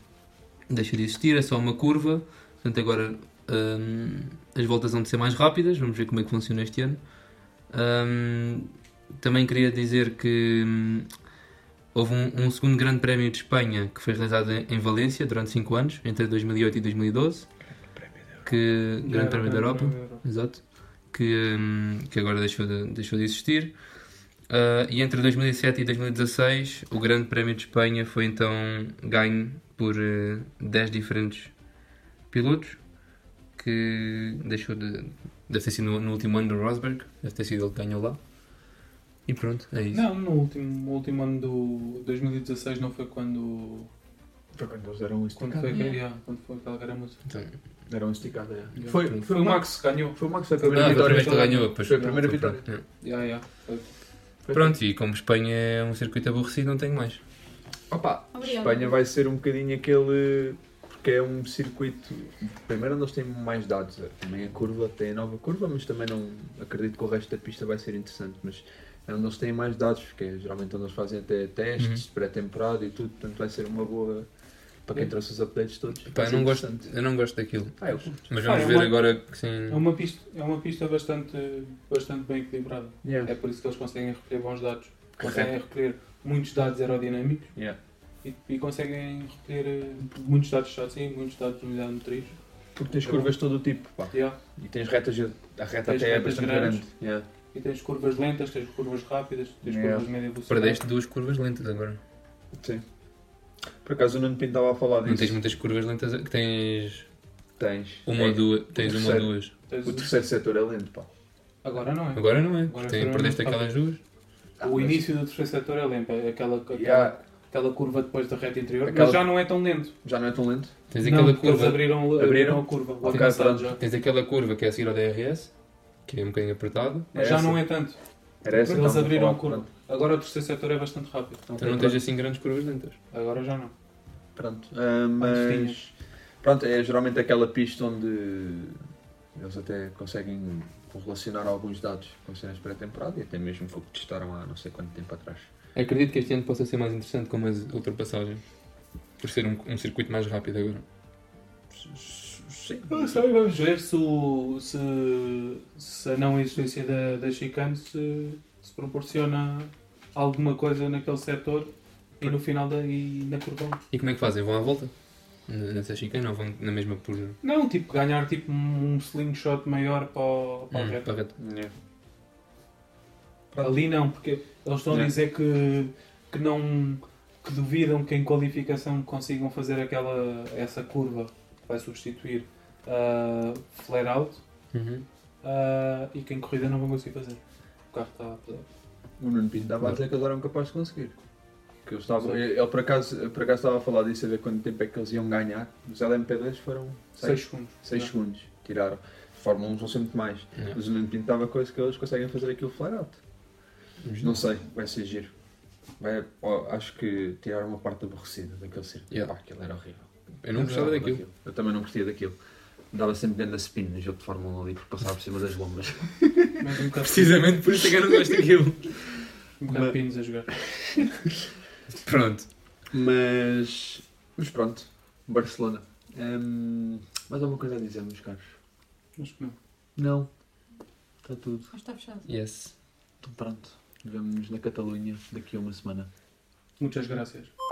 D: deixa de existir, é só uma curva. Portanto, agora ah, as voltas vão de ser mais rápidas. Vamos ver como é que funciona este ano. Hum, também queria dizer que hum, houve um, um segundo grande prémio de Espanha que foi realizado em, em Valência durante 5 anos, entre 2008 e 2012. Que, grande Prémio da Europa, exato, que, hum, que agora deixou de, deixou de existir. Ah, e entre 2007 e 2016, o Grande Prémio de Espanha foi então ganho por eh, 10 diferentes pilotos, que deixou de. Deve ter sido no, no último ano do Rosberg, deve ter sido ele que ganhou lá. E pronto, é isso.
H: Não, no último, no último ano do 2016 não foi quando.
M: Foi quando eles deram um
H: Quando foi,
M: esticado.
H: aquele- yeah, quando foi aquela garamuça.
D: Então,
M: Deram um esticado, é.
H: Yeah.
M: Foi,
H: Foi,
M: foi,
H: o
M: o Max.
H: Max que ganhou.
M: Foi o Max a
D: ah, foi a
M: primeira
D: primeira
M: vitória.
D: vez que ele ganhou. pois.
M: Foi a primeira
D: Então,
M: vitória.
D: pronto,
H: Yeah, yeah, foi.
D: é. Pronto, e como Espanha é um circuito aborrecido, não tenho mais.
E: Opa,
F: Obrigada.
E: Espanha vai ser um bocadinho aquele. Porque é um circuito. Primeiro, onde eles têm mais dados. é, Também a curva tem a nova curva, mas também não acredito que o resto da pista vai ser interessante. Mas é onde eles têm mais dados, porque é geralmente onde eles fazem até testes, pré-temporada e tudo. Portanto, vai ser uma boa. Para quem trouxe os updates todos.
D: Pá,
E: vai
D: eu
E: ser
D: não gosto,
E: é interessante.
D: eu não gosto daquilo.
E: Ah, eu curto.
D: Mas vamos
H: Ah, é
D: ver
H: uma-
D: agora que sim.
H: É uma pista, é uma pista bastante, bastante bem equilibrada.
E: Yeah.
H: É por isso que eles conseguem recolher bons dados. Conseguem recolher muitos dados aerodinâmicos
E: Yeah.
H: e, e conseguem recolher eh, muitos dados de chassi, muitos dados de unidade motriz.
E: Porque tens curvas de todo o tipo. pá.
H: Yeah.
E: E tens retas. A reta
H: Tens
E: até é
H: retas
E: bastante
H: grandes.
E: grande. Yeah.
H: E tens curvas lentas, tens curvas rápidas, tens
E: Yeah.
H: curvas de média velocidade.
D: Perdeste duas curvas lentas agora.
E: Por acaso o Nuno Pinto estava a falar
D: Não tens
E: disso.
D: muitas curvas lentas. que Tens
E: Tens.
D: uma ou
E: É,
D: duas. Tens uma ou
E: terceiro.
D: duas.
H: Tens-
E: O terceiro setor é lento, pá.
H: Agora não é.
D: Agora não é.
H: Agora
D: Tem-
H: foram-
D: perdeste aquelas duas.
E: Ah,
H: o
E: mas-
H: início do terceiro setor é lento, é aquela, aquela,
E: Yeah,
H: aquela curva depois da reta interior,
E: Aquela-
H: mas já não é tão lento.
E: já não é tão lento.
D: Tens
H: Não,
D: aquela
H: porque eles
D: curva.
H: abriram, eh, abriram,
E: Abriram?
H: a curva. o
E: Ok,
H: alcançado
E: pronto.
H: já.
D: Tens aquela curva que é a seguir ao DRS, que é um bocadinho apertada.
H: Mas
E: É
H: já
E: essa.
H: não é tanto.
E: Era essa que
H: Eles
E: estávamos a
H: abriram um a
E: falar,
H: curva.
E: pronto.
H: Agora o terceiro setor é bastante rápido.
D: Então não tens assim grandes curvas lentas.
H: Agora já não.
E: Pronto. Ah, mas.
H: tinhas.
E: Pronto, é geralmente aquela pista onde eles até conseguem correlacionar alguns dados com cenas pré-temporada e até mesmo foi o que testaram há não sei quanto tempo atrás.
D: Acredito que este ano possa ser mais interessante com as ultrapassagens. Por ser um, um circuito mais rápido agora.
E: Sim.
H: Não sei, Então, vamos ver se, o- se, se a não existência da, da chicane se, se proporciona alguma coisa naquele setor e no final da, e na curva. um.
D: E como é que fazem? Vão à volta? N- Nessa chicane ou vão na mesma por.
H: Não, tipo, ganhar tipo um slingshot maior para, o- para a
D: Hum, para
H: reta.
D: a reta?
H: É. Ali não, porque eles estão a
E: Yeah.
H: dizer que, que não que duvidam que em qualificação consigam fazer aquela essa curva que vai substituir a flare out
D: Uhum.
H: ah, e que em corrida não vão conseguir fazer. O carro está a pesar.
E: O Nuno Pinto estava a dizer que eles eram capazes de conseguir. Que eu estava, ele por acaso, por acaso estava a falar disso, a ver quanto tempo é que eles iam ganhar. Os LMP2 foram
H: 6
E: 6
H: segundos. Não.
E: segundos, tiraram. Fórmula 1 são sempre mais.
D: Yeah.
E: Mas o Nuno Pinto estava coisa que eles conseguem fazer aquilo flare-out. Não sei, vai ser giro. Vai, ó, acho que tiraram uma parte aborrecida daquele circo.
D: Yeah.
E: Pá, aquilo era horrível.
D: Eu não gostava
E: gostava
D: daquilo.
E: Eu também não gostia daquilo. Dava sempre grande a spin no jogo de Fórmula 1 ali, porque passava por cima das bombas.
H: Mas um bocado-
D: Precisamente por isso é que eu não gosto daquilo.
H: um bocado pinos a jogar.
D: Pronto.
E: Mas, mas pronto, Barcelona. Hum, mais alguma coisa a dizer, meus caros?
H: Mas que não.
E: Não. Está tudo.
F: Mas está fechado.
D: Yes.
E: Então pronto. Vemo-nos na Catalunha daqui a uma semana.
H: Muitas graças.